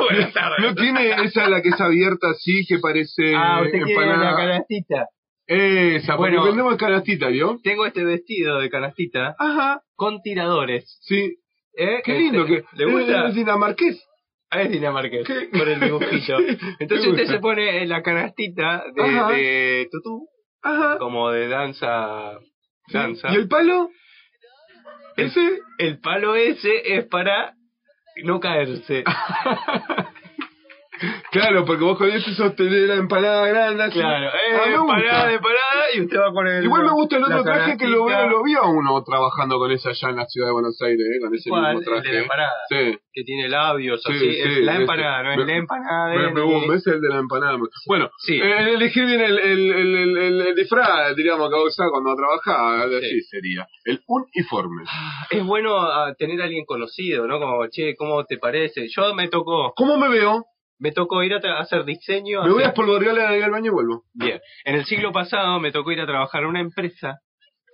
B: Buenas tardes.
C: No tiene esa la que es abierta así, que parece
B: ah, usted quiere la
C: empanada.
B: canastita.
C: Esa, porque
B: Bueno.
C: vendemos canastita, ¿vio?
B: Tengo este vestido de canastita
C: Ajá,
B: con tiradores.
C: sí.
B: ¿eh?
C: Qué
B: Este,
C: lindo que...
B: ¿Le gusta?
C: Es, es dinamarqués.
B: Ah, es dinamarqués,
C: ¿Qué?
B: por el dibujillo. Entonces
C: Me
B: usted
C: gusta. Eh,
B: se pone en la canastita de,
C: Ajá.
B: de tutú,
C: Ajá.
B: como de danza. Danza.
C: ¿Y el palo? Ese...
B: El palo ese es para no caerse.
C: Ah, Claro, porque vos con ese sostenés la empanada grande así.
B: Claro,
C: Ah,
B: es
C: me gusta.
B: parada de parada y usted va con el.
C: Igual me gusta el
B: la
C: otro traje que lo veo,
B: canastita.
C: lo vi a uno trabajando con ese allá en la ciudad de Buenos Aires, ¿eh? con ese
B: ¿Cuál?
C: mismo
B: El de la
C: traje.
B: empanada.
C: Sí.
B: que tiene labios,
C: Sí,
B: así. es
C: sí,
B: la
C: ese.
B: empanada, no es
C: Me-
B: la empanada.
C: Me, me,
B: ni-
C: me- ese es el de la empanada. Bueno,
B: Sí.
C: eh, elegir bien el, el, el, el, el- el disfraz, diríamos, que usar cuando trabajaba, algo
B: Sí.
C: así sería. El uniforme.
B: Es bueno ah, tener a alguien conocido, ¿no? Como, che, ¿cómo te parece? Yo me tocó,
C: ¿Cómo me veo?
B: me tocó ir a tra- hacer diseño.
C: Me voy a
B: hacer-
C: espolvorear la nariz al baño y vuelvo.
B: Bien. En el siglo pasado me tocó ir a trabajar a una empresa,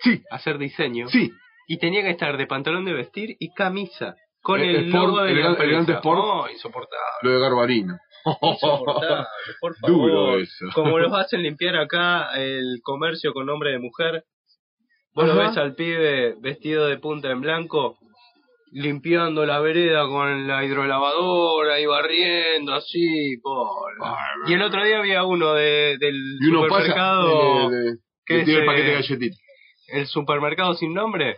C: Sí,
B: a hacer diseño,
C: sí.
B: y tenía que estar de pantalón de vestir y camisa. Con
C: Eh,
B: el
C: Sport,
B: logo de la
C: elegante- elegante
B: empresa.
C: Sport.
B: No, insoportable.
C: Lo de Garbarino.
B: insoportable, por favor.
C: Duro eso.
B: Como los hacen limpiar acá el comercio con nombre de mujer. Vos lo
C: Ajá.
B: ves al pibe vestido de punta en blanco, limpiando la vereda con la hidrolavadora y barriendo así, por. Y el otro día había uno de, del
C: Y uno pasa eh,
B: supermercado, eh?
C: le- le-
B: que
C: le tira
B: se-
C: el paquete de galletitas.
B: el supermercado sin nombre.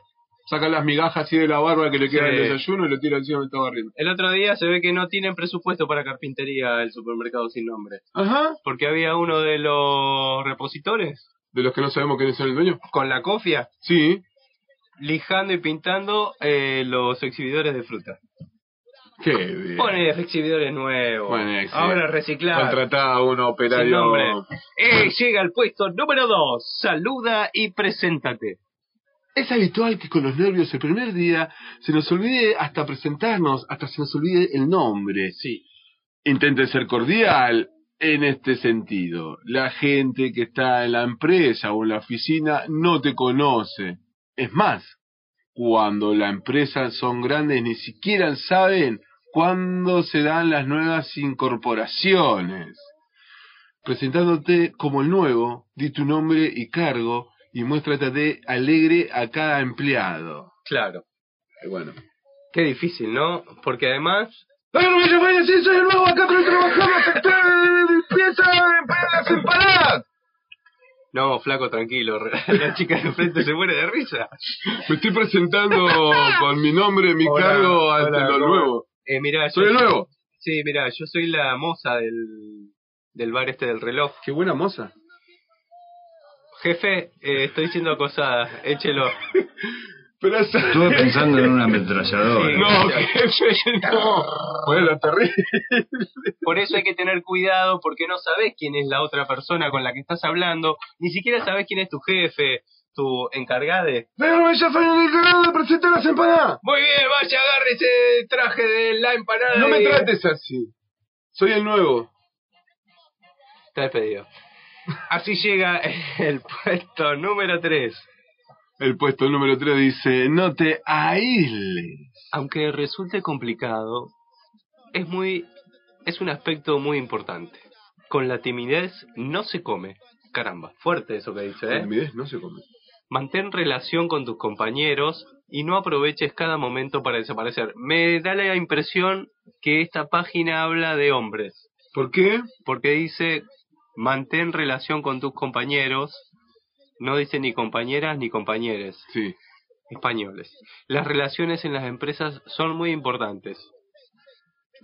C: Saca las migajas así de la barba que le queda en
B: Sí.
C: el desayuno y lo tira encima del tabarrino.
B: El otro día se ve que no tienen presupuesto para carpintería el supermercado sin nombre.
C: Ajá.
B: Porque había uno de los repositores
C: De los que no sabemos quién es el dueño.
B: con la cofia
C: Sí.
B: lijando y pintando eh, los exhibidores de fruta.
C: Qué bien.
B: Pone exhibidores nuevos.
C: Bueno, sí.
B: Ahora reciclar.
C: Contratá a un
B: Sin
C: operario.
B: nombre. Eh, llega al puesto número 2. Saluda y preséntate.
C: Es habitual que con los nervios el primer día se nos olvide hasta presentarnos, hasta se nos olvide el nombre.
B: Sí.
C: Intente ser cordial en este sentido. La gente que está en la empresa o en la oficina no te conoce. Es más, cuando la empresa son grandes ni siquiera saben cuándo se dan las nuevas incorporaciones. Presentándote como el nuevo, di tu nombre y cargo y muéstrate de alegre a cada empleado.
B: Claro.
C: Y bueno.
B: Qué difícil, ¿no? Porque además,
C: ¡Ay, no me llames así! ¡Soy el nuevo acá, pero trabajamos hasta de limpieza de las empanadas!
B: no, flaco, tranquilo. La chica de enfrente se muere de risa.
C: Me estoy presentando con mi nombre, mi
B: Hola,
C: cargo,
B: hola,
C: ante lo
B: ¿cómo?
C: nuevo.
B: Eh, mirá,
C: ¡Soy
B: yo-
C: el nuevo!
B: Sí, mira, yo soy la moza del, del bar este del reloj.
C: ¡Qué buena moza!
B: Jefe, eh, estoy siendo acosada. Échelo.
C: Pero esa...
K: Estuve pensando en una ametralladora.
C: No, jefe, no. Bueno, terrible.
B: Por eso hay que tener cuidado porque no sabes quién es la otra persona con la que estás hablando, ni siquiera sabes quién es tu jefe, tu encargade.
C: ¡Déjame ya soy el encargado de presentar las empanadas!
B: Muy bien, vaya, agarre ese traje de la empanada.
C: No me
B: y-
C: trates así. Soy el nuevo.
B: Está despedido. Así llega el puesto número 3.
C: El puesto número 3 dice, no te aísles.
B: Aunque resulte complicado, es muy es un aspecto muy importante. Con la timidez no se come. Caramba, fuerte eso que dice, ¿eh?
C: Timidez no se come.
B: Mantén relación con tus compañeros y no aproveches cada momento para desaparecer. Me da la impresión que esta página habla de hombres,
C: ¿Por qué?
B: porque dice mantén relación con tus compañeros, no dice ni compañeras ni compañeres
C: Sí.
B: españoles. Las relaciones en las empresas son muy importantes.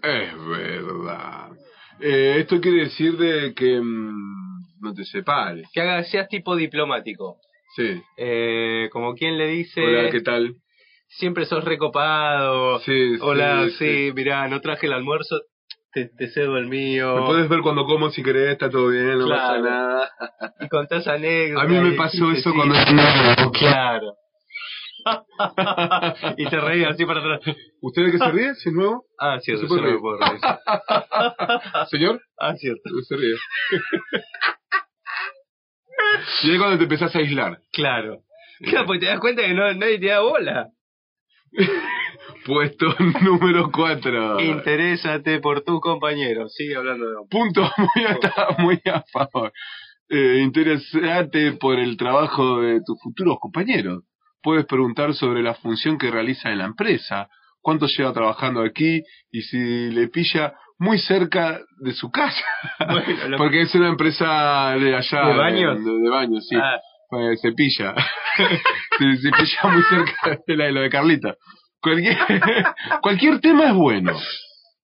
C: Es verdad. Eh, esto quiere decir de que mm, no te separes.
B: Que hagas, seas tipo diplomático.
C: Sí.
B: Eh, como quien le dice,
C: Hola, ¿qué tal?
B: siempre sos recopado.
C: Sí, sí,
B: Hola, sí,
C: sí.
B: mirá, no traje el almuerzo, te, te cedo el mío.
C: Me puedes ver cuando como si querés, está todo bien, no pasa
B: Claro.
C: nada.
B: Y contás anécdotas.
C: A mí me
B: y-
C: pasó
B: sí,
C: eso
B: sí,
C: cuando...
B: Claro. y te reí así para atrás.
C: ¿Usted de qué se ríe? ¿Si es nuevo?
B: Ah, cierto,
C: No se
B: yo no
C: puede
B: me puedo reír.
C: ¿Señor?
B: Ah, cierto.
C: Se ríe. y ahí cuando te empezás a aislar.
B: Claro. Claro, pues te das cuenta que no, nadie te da bola.
C: Puesto número 4.
B: Interésate por tus compañeros. Sigue hablando de
C: punto muy a, ta- muy a favor. Eh, interesate por el trabajo de tus futuros compañeros. Puedes preguntar sobre la función que realiza en la empresa, cuánto lleva trabajando aquí y si le pilla muy cerca de su casa.
B: Bueno, lo-
C: Porque es una empresa de allá.
B: ¿De baños?
C: De, de baños, sí.
B: Ah,
C: Eh, se pilla. se, se pilla muy cerca de, la, de lo de Carlita. Cualquier, cualquier tema es bueno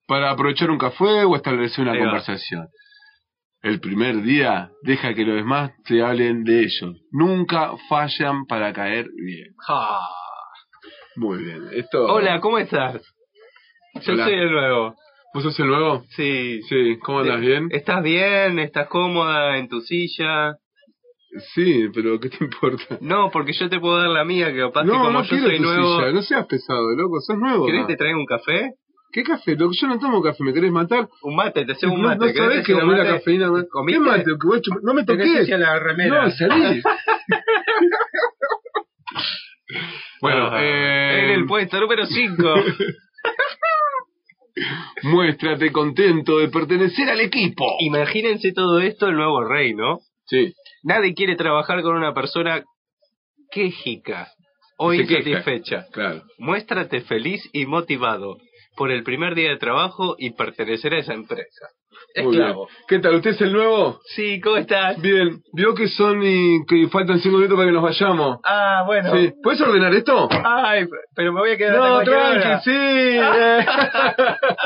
C: para aprovechar un café o establecer una
B: Ahí va.
C: conversación. El primer día, deja que los demás te hablen de ellos. Nunca fallan para caer bien.
B: ja.
C: Muy bien. Esto,
B: Hola, ¿cómo estás? Yo
C: Hola.
B: soy el nuevo.
C: ¿Vos sos el nuevo?
B: Sí.
C: Sí, ¿cómo andas? ¿Bien?
B: ¿Estás bien? ¿Estás cómoda en tu silla? Eh.
C: Sí, pero ¿qué te importa?
B: No, porque yo te puedo dar la mía, que capaz que
C: No,
B: como
C: no
B: yo
C: quiero
B: soy
C: tu
B: nuevo...
C: silla. No seas pesado, loco. Sos nuevo.
B: ¿Querés
C: acá.
B: te traigo un café?
C: ¿Qué café? loco? Yo no tomo café. ¿Me querés matar?
B: Un mate, te hacemos
C: No,
B: un mate.
C: no
B: ¿Querés
C: sabés
B: te
C: que
B: hago un
C: huele a
B: mate?
C: cafeína. ¿verdad?
B: ¿Comiste?
C: ¿Qué mate? Que voy a chupar- No me
B: Tenés que
C: toques.
B: hacer la remera.
C: No, salí. bueno,
B: Ah,
C: eh,
B: eh, En el puesto número 5.
C: Muéstrate contento de pertenecer al equipo.
B: Imagínense todo esto el nuevo rey, ¿no?
C: Sí.
B: Nadie quiere trabajar con una persona quejica o
C: Se queja.
B: insatisfecha.
C: Claro.
B: Muéstrate feliz y motivado por el primer día de trabajo y pertenecer a esa empresa.
C: Muy bien.
B: Esclavo.
C: ¿Qué tal? ¿Usted es el nuevo?
B: Sí, ¿cómo estás?
C: Bien. Vio que son y que faltan cinco minutos para que nos vayamos.
B: Ah, bueno.
C: Sí. ¿Puedes ordenar esto?
B: Ay, pero me voy a quedar
C: No,
B: hasta cualquier hora.
C: tranqui, sí. eh.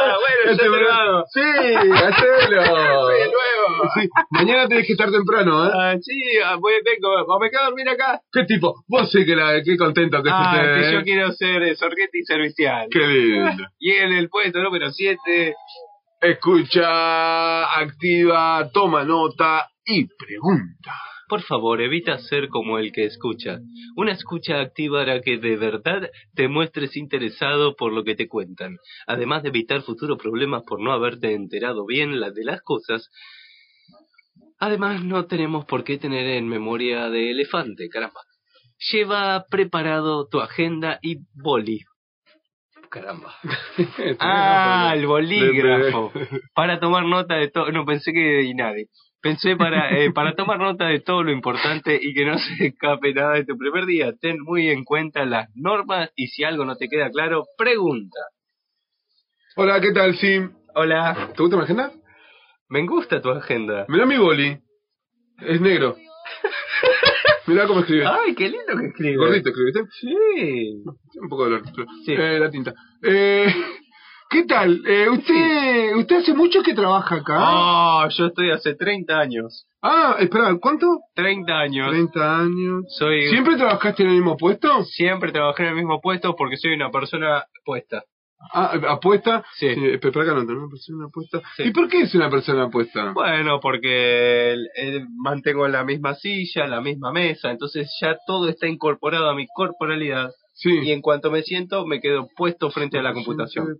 B: Ah, bueno, ya
C: Este
B: te
C: bro-
B: lo hago.
C: Sí, hacelo.
B: Sí, nuevo.
C: Sí, Mañana tenés que estar temprano, ¿eh?
B: Ah, sí, ah, voy, vengo, o me quedo a dormir acá.
C: ¿Qué tipo? Vos sí que la, qué contento que
B: Ah,
C: se
B: que
C: te...
B: yo quiero ser eh, sorgente y servicial.
C: Qué lindo.
B: Y en el puesto número 7,
C: Escucha, activa, toma nota y pregunta.
B: Por favor, evita ser como el que escucha. Una escucha activa hará que de verdad te muestres interesado por lo que te cuentan, además de evitar futuros problemas por no haberte enterado bien la- de las cosas. Además, no tenemos por qué tener en memoria de elefante, caramba. Lleva preparado tu agenda y boli. Caramba. Ah, el bolígrafo. Para tomar nota de todo. No pensé que y nadie. Pensé para, eh, para tomar nota de todo lo importante y que no se escape nada de tu primer día. Ten muy en cuenta las normas y si algo no te queda claro, pregunta.
C: Hola, ¿qué tal, Sim?
B: Hola,
C: ¿Te gusta mi agenda?
B: me gusta tu agenda.
C: Mirá mi boli. Es negro. Mirá cómo escribe.
B: Ay, qué lindo que escribes.
C: Gordito escribe, ¿viste?
B: Sí.
C: Un poco de olor, pero-
B: Sí.
C: eh, la tinta. Eh, ¿Qué tal? Eh, usted, usted hace mucho que trabaja acá.
B: Oh, yo estoy hace 30 años.
C: Ah, espera, ¿cuánto?
B: 30 años.
C: 30 años.
B: Soy
C: ¿Siempre trabajaste en el mismo puesto?
B: siempre trabajé en el mismo puesto porque soy una persona puesta.
C: Ah, ¿Apuesta? Eh,
B: Sí.
C: espera, acá no tenemos una persona apuesta.
B: Sí.
C: ¿Y por qué es una persona apuesta?
B: Bueno, porque el- el- mantengo la misma silla, la misma mesa, entonces ya todo está incorporado a mi corporalidad y
C: Sí.
B: en cuanto me siento me quedo puesto frente a la computación.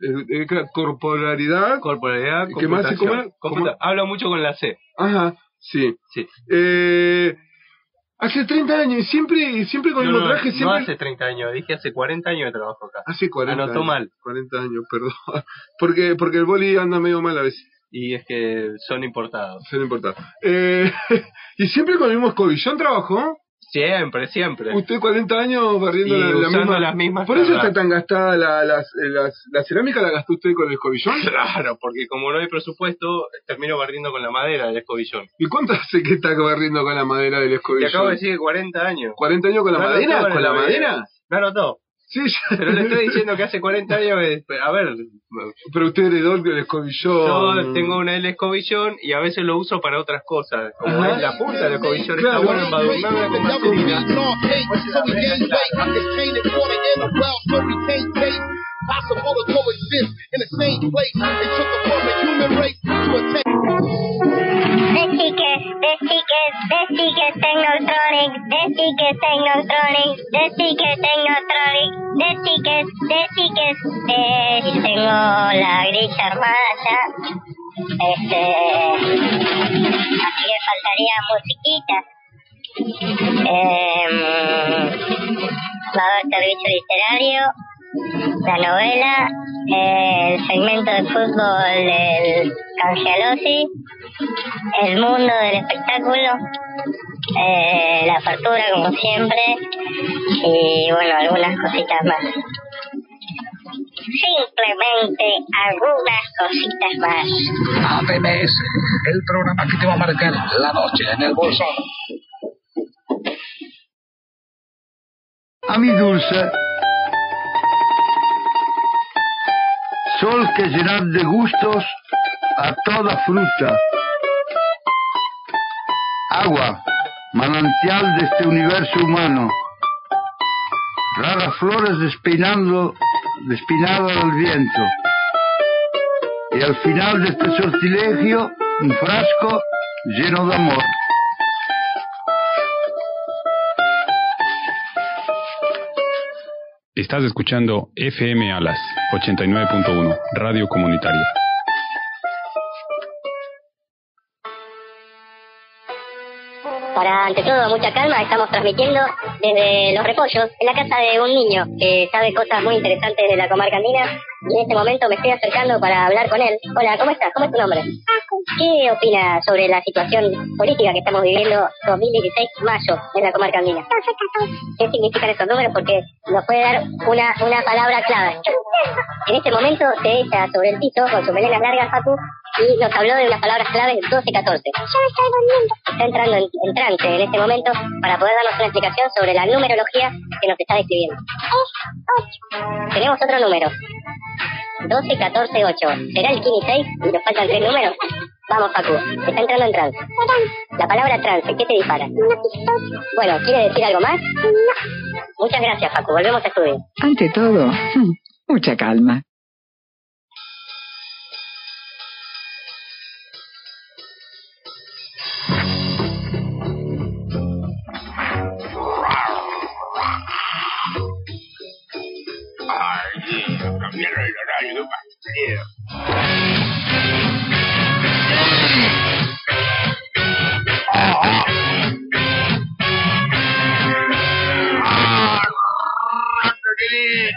C: Eh, eh, claro, corporalidad.
B: Corporalidad,
C: ¿Y qué más?
B: computación.
C: ¿Cómo era?
B: Computa-
C: ¿Cómo?
B: Hablo mucho con la C.
C: Ajá, sí.
B: Sí.
C: Eh, hace 30 años y siempre, y siempre con el
B: No,
C: mismo
B: no,
C: traje,
B: no
C: siempre...
B: hace 30 años, dije hace 40 años que trabajo acá.
C: Hace 40
B: Anotó
C: años.
B: mal.
C: 40 años, perdón. Porque, porque el boli anda medio mal a veces,
B: Y es que son importados.
C: se no importa. Eh, ¿Y siempre con el mismo escobillón trabajó?
B: Siempre, siempre.
C: Usted 40 años barriendo
B: Y
C: la, la
B: usando
C: misma...
B: las mismas
C: ¿Por eso
B: cargas.
C: está tan gastada la, las- eh, las- la cerámica? ¿La gastó usted con el escobillón?
B: Claro, porque como no hay presupuesto, termino barriendo con la madera del escobillón.
C: ¿Y cuánto hace que está barriendo con la madera del
B: Te
C: escobillón?
B: acabo de decir que 40 años.
C: ¿40 años con la
B: No, no,
C: madera?
B: no, no,
C: ¿Con la
B: no, no.
C: madera?
B: No anotó.
C: Sí, ya-
B: Pero le estoy diciendo que hace 40 años. que- A ver,
C: Pero usted heredó el escobillón.
B: yo tengo una L escobillón y a veces lo uso para otras cosas. Como
C: Ajá.
B: es la punta del escobillón,
C: Ah. Claro.
B: está bueno para adornar la comida.
I: This tickets, this tickets, this tickets technotronic, this tickets technotronic, this tickets technotronic, this tickets, this tickets. Eh, tengo la grilla armada ya. Este, así que faltaría musiquita. Em, va a haber servicio literario, la novela, eh, el segmento de fútbol del Cangelosi el mundo del espectáculo, eh, la apertura como siempre y bueno, algunas cositas más. Simplemente algunas cositas más.
A: ABB es el programa que te va a marcar la noche en el bolsón.
L: A mi dulce. Sol que llenar de gustos a toda fruta. Agua, manantial de este universo humano. Raras flores despeinando, despinadas al viento. Y al final de este sortilegio, un frasco lleno de amor.
M: Estás escuchando FM Alas 89.1, Radio Comunitaria.
I: Para, ante todo, mucha calma, estamos transmitiendo desde Los Repollos, en la casa de un niño que sabe cosas muy interesantes de la comarca andina En este momento me estoy acercando para hablar con él. Hola, ¿cómo estás? ¿Cómo es tu nombre? ¿Qué opina sobre la situación política que estamos viviendo 2016 mayo en la comarca andina? ¿Qué significan esos números? Porque nos puede dar una, una palabra clave. En este momento se echa sobre el piso con sus melenas largas, Facu, y nos habló de unas palabras claves 12 y 14. Yo me estoy durmiendo. Está entrando en, en trance en este momento para poder darnos una explicación sobre la numerología que nos está describiendo. Tenemos otro número. 12, 14, 8. ¿Será el 15 y 6? ¿Y nos faltan tres números? Vamos, Facu. Está entrando en trance. La palabra trance, ¿qué te dispara? Bueno, ¿quiere decir algo más? Muchas gracias, Facu. Volvemos a estudio.
A: Ante todo, mucha calma.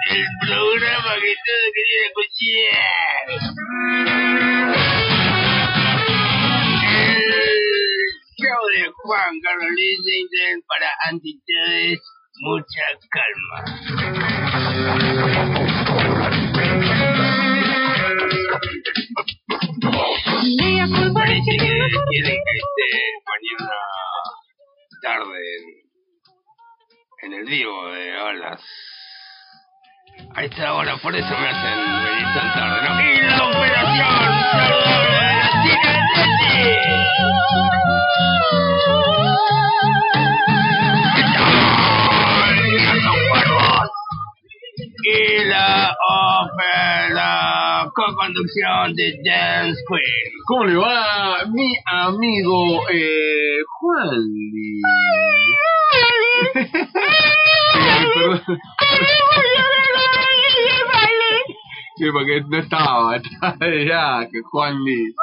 B: El programa que todo quería escuchar. El show de Juan Carlos Linden para ante ustedes mucha calma. Parece que tienen que este, mañana tarde en, en el vivo de olas. A esta hora, por eso me hacen venir tan tarde, ¿no? ¡Y la operación! ¡Saludos de la chica de Y la opera con conducción de Dance Queen.
C: ¿Cómo le va mi amigo eh, Juan? Perdón. Sí, porque no estaba, estaba ya, que Juan Lee.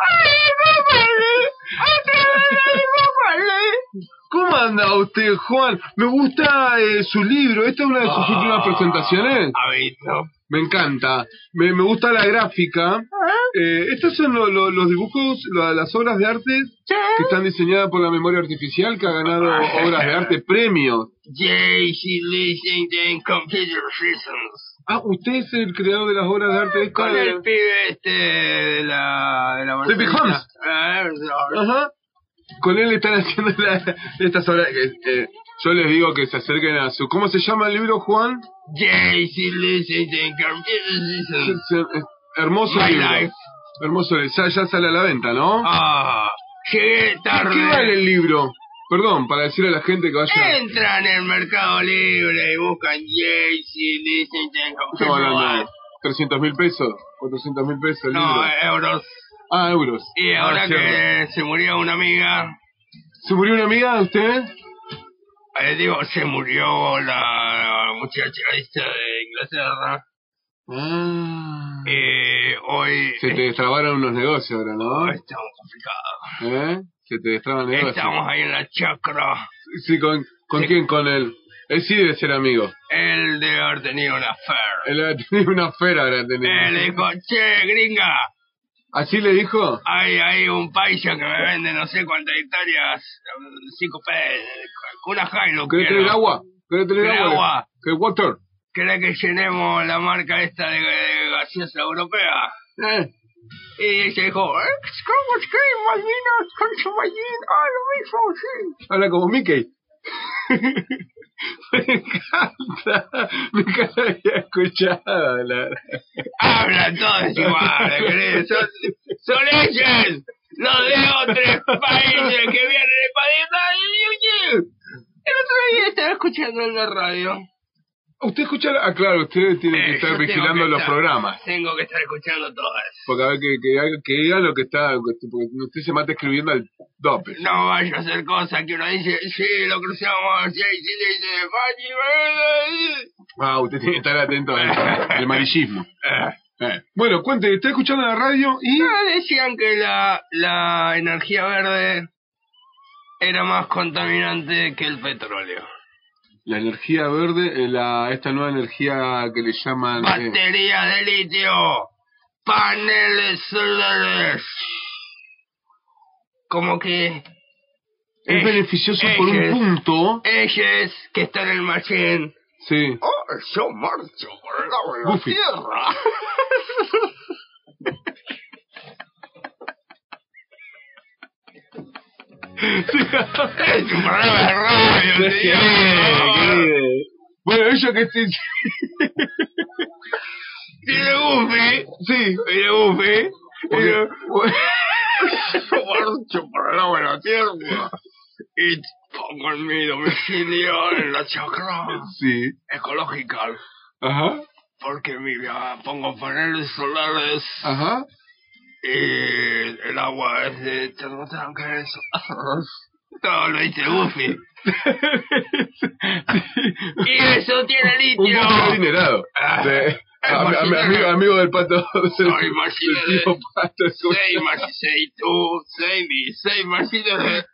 C: ¿Cómo anda usted, Juan? Me gusta eh, su libro, esta es una de sus
B: Ah.
C: últimas presentaciones.
B: A ver, no.
C: Me encanta, me, me gusta la gráfica.
B: Ah.
C: Eh, estos son lo- lo- los dibujos, la- las obras de arte que están diseñadas por la memoria artificial, que ha ganado obras de arte premios.
B: J.C. Lichtenstein Computer Systems.
C: Ah, usted es el creador de las obras de arte. esta
B: Ah, Con
C: de-
B: el pibe este de la... De la
C: Sleepy
B: Barcelona.
C: Holmes.
B: Ah, no,
C: Ajá. Con él están haciendo la- estas obras. que, eh, yo les digo que se acerquen a su. ¿Cómo se llama el libro, Juan?
B: J.C. Lichtenstein Computer Systems.
C: Se- se- eh, Hermoso
B: My
C: libro.
B: Life.
C: Hermoso libro. Ya, ya sale a la venta, ¿no?
B: Ah, llegué
C: ¿Qué
B: tarde.
C: qué vale el libro? Perdón, para decir a la gente que vaya.
B: Entra en el Mercado Libre y buscan J.C. Lichtenstein Computer
C: Estamos hablando de
B: Systems.
C: 300 mil pesos, 400 mil pesos el
B: No,
C: libro.
B: euros.
C: Ah, euros.
B: Y
C: Ah,
B: ahora
C: cierto.
B: que se murió una amiga,
C: ¿Se murió una amiga de usted?
B: eh, digo, se murió la muchacha esta de Inglaterra.
C: Ah.
B: Eh, hoy
C: Se te destrabaron unos negocios ahora, ¿no?
B: estamos complicados.
C: ¿Eh? Se te destraban negocios.
B: Estamos ahí en la chacra.
C: Sí, ¿con, con
B: Sí.
C: quién? Con él. Él sí debe ser amigo.
B: Él debe haber tenido una affair.
C: Él ha tenido una fera ahora.
B: Él Eh, dijo, Ah, che, gringa,
C: ¿Así le dijo?
B: hay, hay un paisa que me vende no sé cuántas hectáreas, mm, cinco pesos, una Hilux.
C: ¿Querés
B: quiero.
C: tener agua? ¿Querés tener
B: ¿Querés
C: agua?
B: agua?
C: ¿Querés water?
B: ¿Querés que llenemos la marca esta de, de gaseosa europea?
C: Eh,
B: Y se dijo, "Ex, ¿cómo es que imaginas con su vallín? Ah, lo mismo, sí.
C: habla como Mickey. me encanta. Nunca la había escuchado. la verdad.
B: Hablan todos iguales, querido. Son, son ellos, los de otros países que vienen de país. Ay, oye, El otro día estaba escuchando en la radio.
C: ¿Usted escucha? la- Ah, claro, usted tiene que
B: Eh, yo
C: estar
B: tengo
C: vigilando
B: que
C: los
B: estar-
C: programas.
B: Tengo que estar escuchando todas.
C: Porque a ver, que, que, haga- que diga lo que está. Porque usted se mata escribiendo al dope.
B: No vaya a hacer cosas que uno dice, sí, lo cruzamos, sí, sí, sí, sí, Pachi,
C: Ah, usted tiene que estar atento al, al amarillismo.
B: eh, eh.
C: Eh, Bueno, cuente, está escuchando la radio y.
B: No, decían que la, la energía verde era más contaminante que el petróleo.
C: La energía verde, eh, la, esta nueva energía que le llaman... eh,
B: Batería de litio, paneles solares. Como que
C: es beneficioso
B: Eh,
C: por un
B: ejes.
C: punto.
B: ellas que están en el machín.
C: Sí.
B: Oh, yo marcho por el lado de la
C: Goofy.
B: tierra. es un programa de radio, tío.
C: Bueno, ella que sí.
B: Tiene Goofy.
C: Sí.
B: Tiene Goofy.
C: Porque-
B: Yo marcho por el lado de la tierra. Y pongo en mi domicilio en la chacra
C: Sí.
B: ecológica.
C: Ajá.
B: Porque mira, pongo paneles solares
C: Ajá.
B: y el agua es de termotanques. Todo lo dice Buffy. y eso tiene
C: Un
B: litio.
C: punto adinerado.
B: Ah,
C: De-
B: el
C: am- am-
B: marginal.
C: amigo, amigo del pato.
B: Soy marginal.
C: del tío pato.
B: Sei más sei tú, sei mi, sei más y de-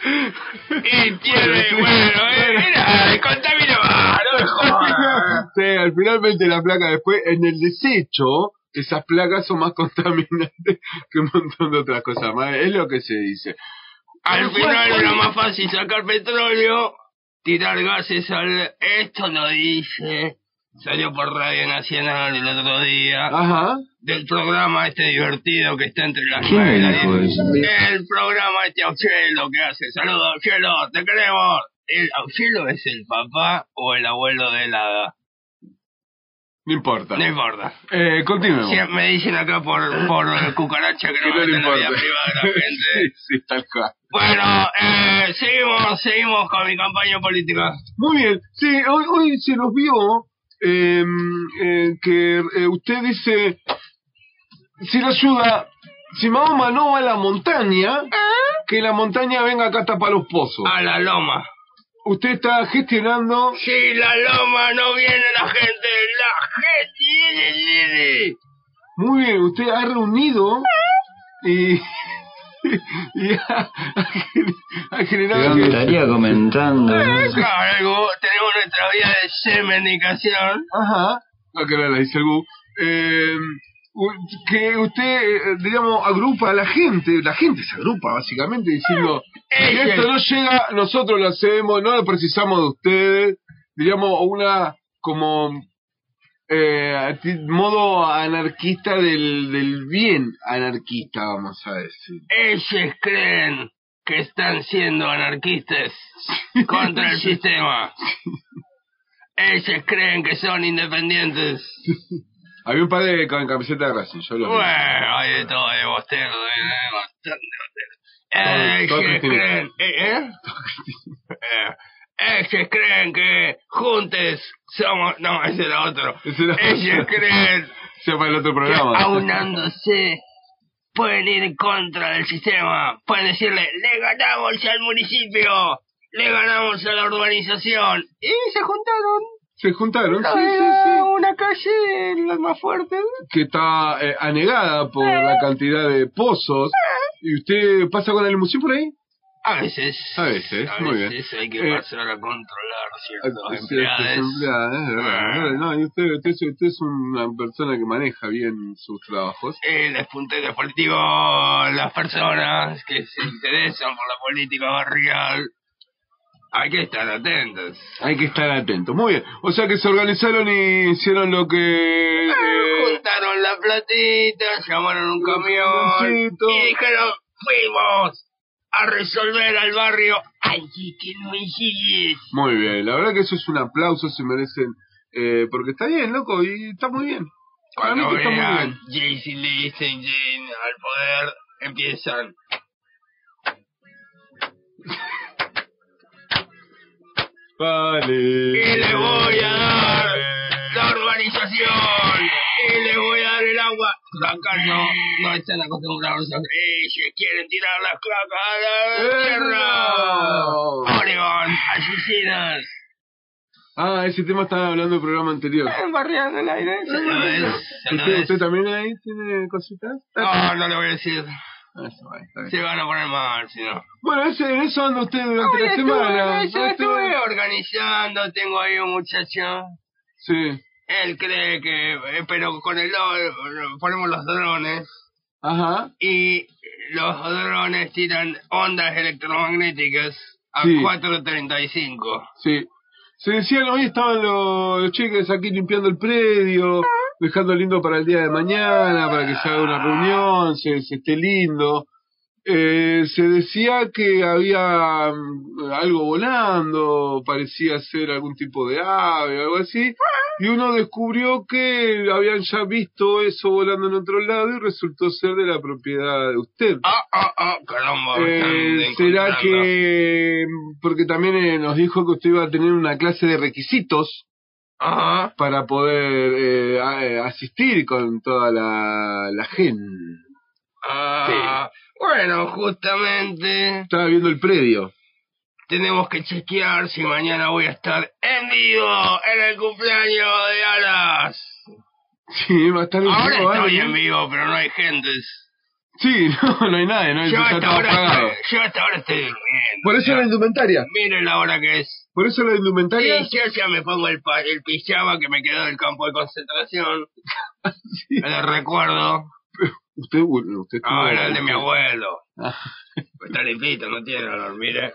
B: Y tiene, bueno, eh, mira, contame nomás, no me jodas.
C: Sí, al finalmente la placa después, en el desecho, esas placas son más contaminantes que un montón de otras cosas más. Es lo que se dice.
B: Al final era más fácil sacar petróleo, tirar gases al... Esto no dice. Salió por Radio Nacional el otro día.
C: Ajá.
B: Del programa este divertido que está entre las
L: ¿Quién
B: nueve y la
L: dijo
B: diez.
L: eso?
B: El programa este Auxelo que hace. Saludos, Auxelo, te queremos. ¿El Auxelo es el papá o el abuelo de la...
C: No importa.
B: No importa.
C: Eh, continuemos.
B: Sie- me dicen acá por, por el cucaracha que
C: Que
B: no
C: no
B: me
C: le
B: meten la vida
C: importa.
B: privada de la gente.
C: Sí, sí, tal cual.
B: Bueno, eh, seguimos, seguimos con mi campaña política.
C: Muy bien. Sí, hoy, hoy se nos vio eh, eh, que eh, usted dice, si la ayuda, si Mahoma no va a la montaña, que la montaña venga acá a tapar los pozos.
B: A la loma.
C: Usted está gestionando...
B: Si la loma no viene la gente, la gente viene, viene.
C: Muy bien, usted ha reunido y, y ha, ha generado
L: Yo
C: que...
L: estaría comentando. ¿no?
B: Claro, algo, tenemos nuestra vía de semenicación.
C: Ajá, acá Ah, la dice el Gu. Eh, u- que usted, eh, digamos, agrupa a la gente, la gente se agrupa básicamente diciendo, si
B: Ella.
C: esto no llega, nosotros lo hacemos, no lo precisamos de ustedes, digamos, una como eh, ti- modo anarquista del, del bien anarquista, vamos a decir.
B: Ellos creen que están siendo anarquistas contra el sistema. Ellos creen que son independientes.
C: Había un padre con camiseta de Racing, yo lo vi.
B: Bueno, hay de todo, hay de bostero, hay de bastante bostero.
C: Todo- todo
B: Ellos
C: Cristina.
B: creen, ¿eh? ¿eh? Eh, Ellos creen que juntos somos, no, ese era otro.
C: Ese era-
B: Ellos creen
C: sea para el otro
B: que
C: programa.
B: aunándose pueden ir contra el sistema, pueden decirle, le ganamos al municipio, le ganamos a la urbanización. Y se juntaron
C: Se juntaron, sí, sí,
B: a
C: sí.
B: una calle, las más fuertes.
C: Que está eh, anegada por la cantidad de pozos. ¿Y usted pasa con la limusín por ahí?
B: A veces.
C: A veces, muy bien.
B: veces hay que
C: Eh,
B: pasar a controlar
C: Ah,
B: ciertos
C: sí, es Ah.
B: empleados.
C: empleada, es verdad. No, y usted, usted, es- usted es una persona que maneja bien sus trabajos.
B: El despunte deportivo, las personas que se interesan por la política barrial, hay que estar atentos.
C: Hay que estar atentos. Muy bien. O sea que se organizaron y hicieron lo que... eh,
B: Juntaron la platita, llamaron un camión
C: camioncito.
B: y dijeron, fuimos a resolver al barrio. Allí que no hiciste.
C: Muy bien. La verdad que eso es un aplauso, se merecen... eh, porque está bien, loco, y está muy bien. Para mí
B: Cuando
C: que está muy bien.
B: vean JC Lee Jane al poder, empiezan.
C: Vale.
B: Y le voy a dar la urbanización. Y le voy a dar el agua. Pero acá no, no están acostumbrados a ellos. Quieren tirar las cloacas a la tierra. Oregon, asesinas.
C: Ah, ese tema estaba hablando del programa anterior.
B: Ah, Barriando el aire.
C: ¿Usted, usted también ahí tiene cositas? Ah,
B: No, no le voy a decir. Se van a poner mal, si no.
C: Bueno, ese, en eso anda usted durante
B: Hoy
C: la
B: estuve,
C: semana.
B: yo
C: ¿no?
B: estuve organizando, tengo ahí un muchacho.
C: Sí.
B: Él cree que, eh, pero con el do- ponemos los drones
C: Ajá.
B: y los drones tiran ondas electromagnéticas a
C: Sí.
B: 4.35.
C: Sí. Se decían, hoy estaban los, los chicos aquí limpiando el predio, dejando lindo para el día de mañana, para que se haga una reunión, se, se esté lindo. Eh, se decía que había mm, algo volando, parecía ser algún tipo de ave, algo así, y uno descubrió que habían ya visto eso volando en otro lado y resultó ser de la propiedad de usted.
B: Ah, ah, caramba.
C: Eh,
B: están
C: ¿Será
B: encontrando.
C: que.? Porque también eh, nos dijo que usted iba a tener una clase de requisitos
B: Ajá.
C: para poder eh, a- eh, asistir con toda la, la gente.
B: Ah, Bueno, justamente
C: Estaba viendo el predio.
B: tenemos que chequear si mañana voy a estar en vivo en el cumpleaños de Alas.
C: Sí, va a estar en
B: Ahora
C: vivo,
B: estoy
C: ¿vale?
B: en vivo, pero no hay gentes.
C: Sí, no, no hay nadie, no hay
B: Yo
C: pues está
B: hasta,
C: todo apagado.
B: ahora estoy, yo hasta ahora estoy durmiendo.
C: Por eso la indumentaria.
B: Miren la hora que es.
C: Por eso la indumentaria.
B: Sí, yo ya me pongo el, pa- el pijama que me quedó del campo de concentración. El recuerdo.
C: Usted, bueno, usted estuvo-
B: Ahora Ah, el de mi abuelo.
C: Ah.
B: Está limpito, no tiene dolor, mire.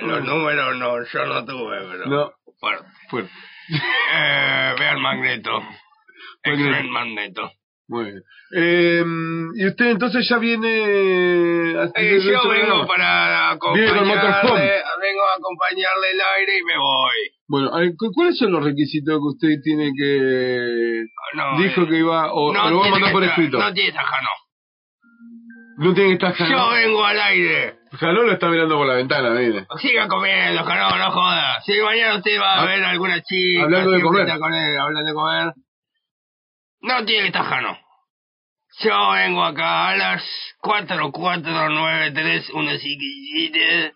B: Los números no, yo no tuve, pero.
C: No,
B: Bueno,
C: bueno.
B: eh, vean Magneto.
C: Pues
B: X-Men Magneto.
C: Muy bien. Eh, y usted entonces ya viene. a-
B: Eh,
C: desde
B: yo
C: otro
B: vengo
C: lado.
B: para
C: Viene con motorhome.
B: acompañarle, vengo a acompañarle el aire y me voy.
C: Bueno, a ver, ¿cu- ¿cuáles son los requisitos que usted tiene que...
B: No,
C: Dijo
B: eh,
C: que iba... O, o lo voy a
B: tiene
C: mandar
B: que
C: por
B: estar-
C: escrito.
B: No tiene tajano.
C: No tiene que estar
B: Yo
C: Jaló.
B: vengo al aire.
C: Jaló lo está mirando por la ventana, mire.
B: Siga comiendo, Jalón, no joda. Si mañana usted va a
C: Ah,
B: ver alguna chica,
C: hablando de
B: siempre
C: comer.
B: está con él, hablando de comer. No tiene que estar Jano. Yo vengo acá a las 449317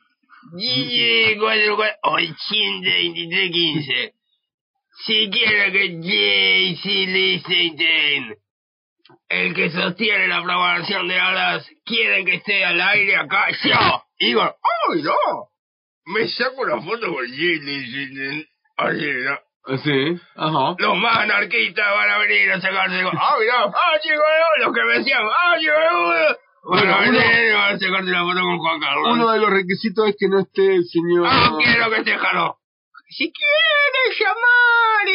B: y 8315. Si quiere que J.C. Lichtenstein, el que sostiene la programación de alas, quiere que esté al aire acá, yo. Y digo, ¡ay, no! Me saco una foto con J.C. Lichtenstein. Así, ¿no?
C: Sí, ajá.
B: Los más anarquistas van a venir a sacarse. con- ¡Ah, mirá! ¡Ah, chico! no! Los que me decían, ¡ah, chico! no! Van a
C: Bueno, uno-
B: venir y van a sacarse la foto con Juan Carlos.
C: Uno de los requisitos es que no esté el señor...
B: Ah, No quiero que te jaló. Si quieres llamar, y,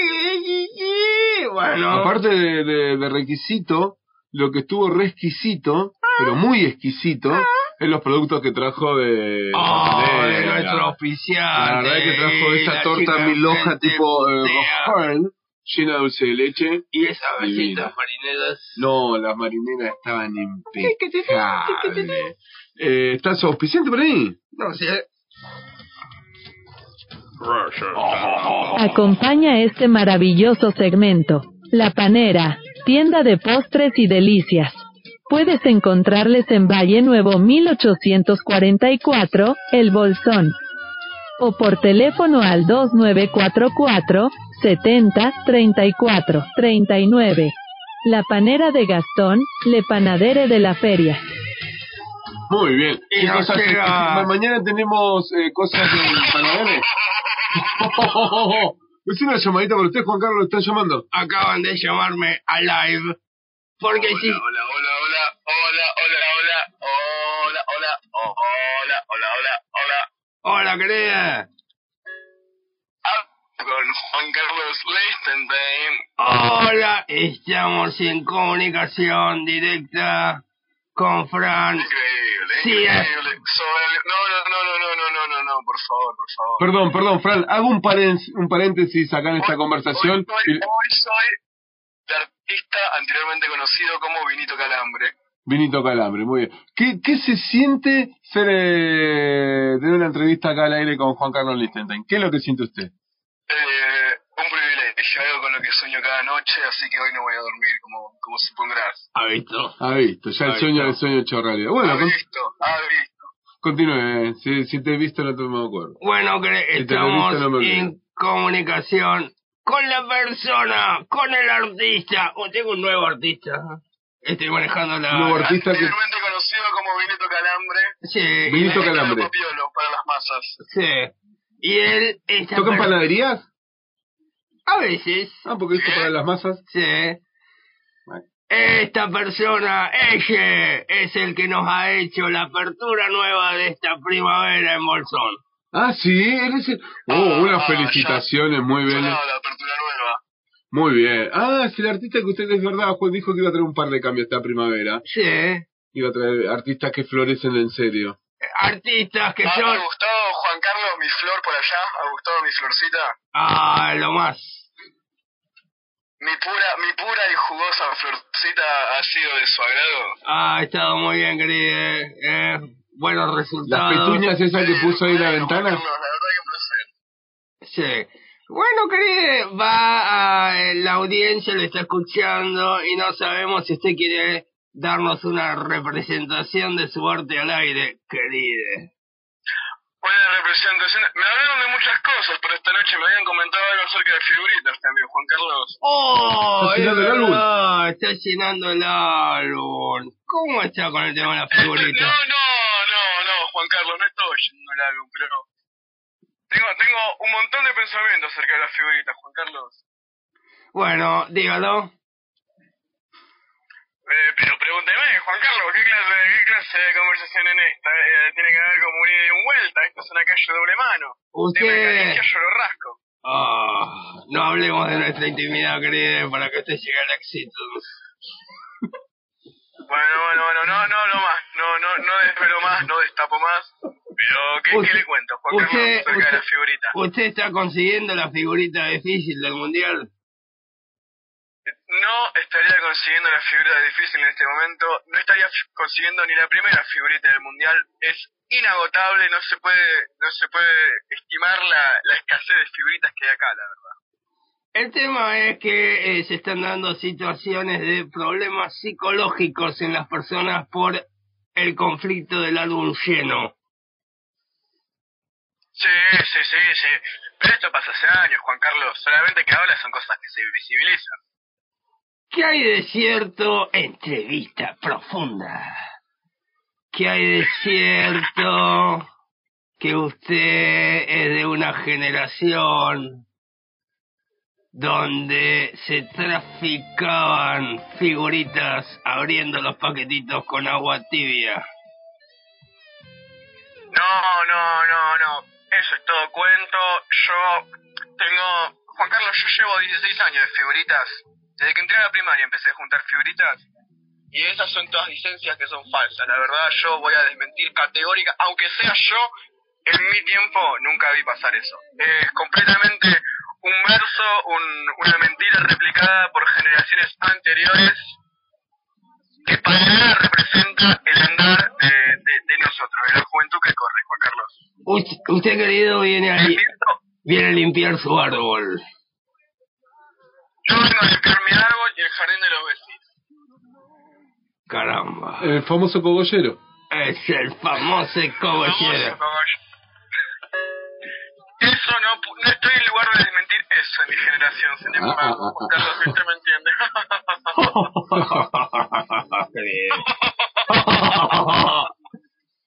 B: y- y- bueno.
C: Aparte de, de- de requisito, lo que estuvo re exquisito, pero muy exquisito,
B: Ah.
C: es los productos que trajo de...
B: Oh, de,
C: de-
B: nuestro oficial.
G: Ah,
C: La verdad es que trajo esa torta miloja tipo eh, Roquefort, llena de dulce de leche.
B: Y esas
C: Divina.
B: besitas marineras.
C: No, las marineras estaban impecables. Eh, ¿Estás auspiciante por ahí?
B: No sé.
N: Acompaña este maravilloso segmento. La Panera, tienda de postres y delicias. Puedes encontrarles en Valle Nuevo 1844, El Bolsón. O por teléfono al 2944 70 34 39. La Panera de Gastón, Le Panadere de la Feria.
C: Muy bien.
B: Y
C: ¿Qué
B: nos
C: cosas que-
B: llega-
C: ma- mañana tenemos eh, cosas del panadero. Es una llamadita para usted, Juan Carlos, lo están llamando.
B: Acaban de llamarme a live. Porque
G: hola,
B: sí.
G: hola, hola, hola, hola, hola, hola, hola, hola, oh, hola, hola, hola, hola.
B: Hola, querida.
G: Ah, Con Juan Carlos Lichtenstein.
B: Hola, estamos en comunicación directa con Fran.
G: Increíble,
B: Sí, ah.
G: increíble. Sobre el- No, no, no, no, no, no, no, no, no, por favor, por favor.
C: Perdón, perdón, Fran, hago un, paréntesis, un paréntesis acá en esta conversación.
G: Hoy soy,
C: Y-
G: hoy soy el artista anteriormente conocido como Vinito Calambre.
C: Vinito Calambre, muy bien. ¿Qué, qué se siente ser, eh, tener una entrevista acá al aire con Juan Carlos Lichtenstein? ¿Qué es lo que siente usted?
G: Eh, un privilegio, algo con lo que sueño cada noche, así que hoy no voy a dormir, como, como supondrás.
B: ¿Ha visto?
C: Ha visto, ya el
B: Ha
C: sueño,
B: visto.
C: el sueño hecho realidad. Bueno,
G: ha
C: con-
G: visto, ha visto.
C: continúe. eh, Si, si te he visto, no te me acuerdo.
B: Bueno, que
C: Si te lo
B: estamos
C: dice, no me olvido.
B: en comunicación con la persona, con el artista. Oh, tengo un nuevo artista. Estoy manejando la.
C: Nuevo artista que.
G: Anteriormente conocido como Benito Calambre.
B: Sí.
C: Benito
G: Y la
C: Calambre.
G: Ricardo Papiolo para las masas.
B: Sí. Y él está.
C: ¿Tocan
B: per-
C: panaderías?
B: A veces.
C: Ah, porque esto para las masas.
B: Sí. Esta persona, ella, es el que nos ha hecho la apertura nueva de esta primavera en Bolsón.
C: Ah, sí, él es el- Oh, unas felicitaciones, muy bien. Muy bien. Ah, es el artista que usted es verdad, Juan dijo que iba a traer un par de cambios esta primavera.
B: Sí.
C: Iba a traer artistas que florecen en serio.
B: Artistas que
G: Ah,
B: son.
G: ¿Ha gustado Juan Carlos mi flor por allá? ¿Ha gustado mi florcita?
B: Ah, lo más.
G: Mi pura, mi pura y jugosa florcita ha sido de su agrado.
B: Ah, ha estado muy bien, querido. Eh, buenos
C: Las
B: resultados.
C: petuñas esas que puso ahí en la ventana.
B: Sí. Bueno, querido, va a- eh, la audiencia lo está escuchando y no sabemos si usted quiere darnos una representación de su arte al aire, querido.
G: Buena representación. Me hablaron de muchas cosas, pero esta noche me habían comentado algo acerca de figuritas también, Juan Carlos.
B: ¡Oh!
G: Está
B: es
G: llenando el álbum.
B: verdad, Está llenando el álbum. ¿Cómo está con el tema de las figuritas?
G: Este, No, Juan Carlos, no estoy oyendo el álbum, pero... Tengo, tengo un montón de pensamientos acerca de las figuritas, Juan Carlos.
B: Bueno, dígalo.
G: Eh, pero pregúnteme, Juan Carlos, ¿qué clase, ¿qué clase de conversación en esta? Eh, tiene que haber como un ida y un vuelta, esto es una calle doble mano.
B: Usted-
G: Deme cariño, yo lo rasco.
B: Ah, no hablemos de nuestra intimidad, querido, para que usted llegue al éxito.
G: Bueno, bueno, bueno, no, no, no más, no, no, no desvelo más, no destapo más. Pero, ¿qué,
B: Usted-
G: qué le cuento, Juan
B: usted-
G: Carlos, acerca de las figuritas?
B: ¿Usted está consiguiendo la figurita difícil del mundial?
G: No estaría consiguiendo la figurita difícil en este momento, no estaría fi- consiguiendo ni la primera figurita del mundial, es inagotable, no se puede, no se puede estimar la, la escasez de figuritas que hay acá, la verdad.
B: El tema es que eh, se están dando situaciones de problemas psicológicos en las personas por el conflicto del álbum lleno.
G: Sí, sí, sí, sí. Pero esto pasa hace años, Juan Carlos. Solamente que ahora son cosas que se visibilizan.
B: ¿Qué hay de cierto? Entrevista profunda. ¿Qué hay de cierto? Que usted es de una generación donde se traficaban figuritas abriendo los paquetitos con agua tibia.
G: No, no, no, no. Eso es todo cuento. Yo tengo... Juan Carlos, yo llevo 16 años de figuritas. Desde que entré a la primaria empecé a juntar figuritas. Y esas son todas licencias que son falsas. La verdad, yo voy a desmentir categórica, aunque sea yo, en mi tiempo nunca vi pasar eso. Es completamente un verso, un- una mentira replicada por generaciones anteriores que para nada representa el andar de, de- de nosotros, de la juventud que corre, Juan Carlos.
B: Usted, usted, querido, viene a, li- viene a limpiar su árbol.
G: Yo vengo a limpiar mi árbol y el jardín de los vecinos.
B: Caramba.
C: El famoso cogollero.
B: Es el famoso cogollero.
G: Eso no, pu- no estoy en lugar de desmentir eso en mi generación, señor
C: Ah, ah, ah,
G: Juan Carlos, si usted me entiende.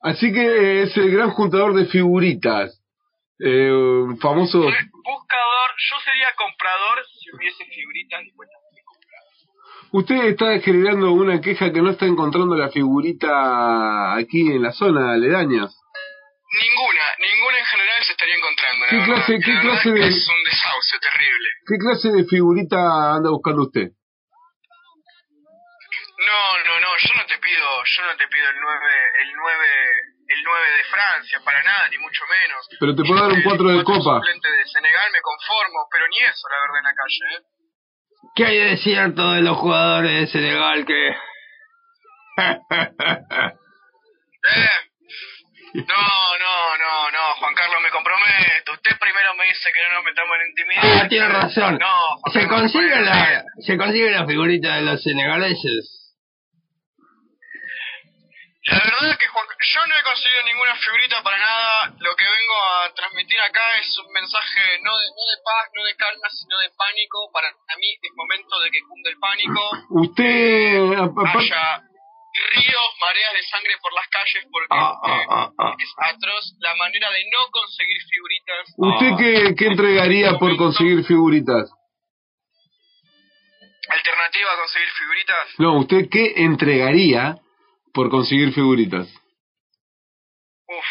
C: Así que es el gran juntador de figuritas. Eh, un famoso.
G: Buscador, yo sería comprador si hubiese figuritas dispuestas.
C: Usted está generando una queja que no está encontrando la figurita aquí en la zona aledañas.
G: Ninguna, ninguna en general se estaría encontrando. la
C: ¿Qué
G: verdad.
C: clase-
G: La
C: qué
G: verdad
C: clase
G: es que
C: de-
G: Es un desahucio terrible.
C: ¿Qué clase de figurita anda buscando usted?
G: No, no, no, yo no te pido, yo no te pido el 9, el 9, el 9 de Francia, para nada, ni mucho menos.
C: Pero te puedo dar un 4 de copa.
G: Suplente de Senegal me conformo, pero ni eso, la verdad, en la calle, ¿eh?
B: ¿Qué hay de cierto de los jugadores de Senegal que...
G: ¿Eh? No, no, no, no, Juan Carlos, me comprometo. Usted primero me dice que no nos metamos en intimidad.
B: ah, tiene razón.
G: No, Juan
B: se,
G: Carlos,
B: consigue
G: no puede
B: la,
G: ser.
B: se consigue la figurita de los senegaleses.
G: La verdad que Juan, yo no he conseguido ninguna figurita para nada. Lo que vengo a transmitir transmitir acá es un mensaje no de, no de paz, no de calma, sino de pánico. Para mí es momento de que cunde el pánico.
C: Usted, a- a-
G: Haya ríos, mareas de sangre por las calles porque este, es atroz la manera de no conseguir figuritas.
C: ¿usted
B: Ah.
C: qué, qué entregaría por conseguir figuritas?
G: Alternativa a conseguir figuritas.
C: No, ¿usted qué entregaría por conseguir figuritas?
G: Uf.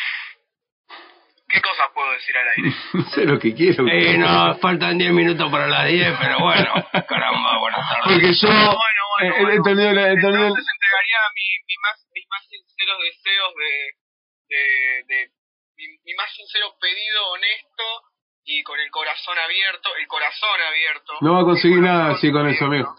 G: ¿Qué cosas puedo decir al aire?
C: No sé lo que quiero.
B: Eh, no, faltan 10 minutos para las 10, pero bueno, caramba, buenas tardes.
C: Porque yo eh, he tenido la- he tenido la-
G: entregaría mi- mi más- mis más sinceros deseos de, de- de- mi, mi más sincero pedido honesto y con el corazón abierto, el corazón abierto.
C: No va a conseguir nada así con eso, amigo.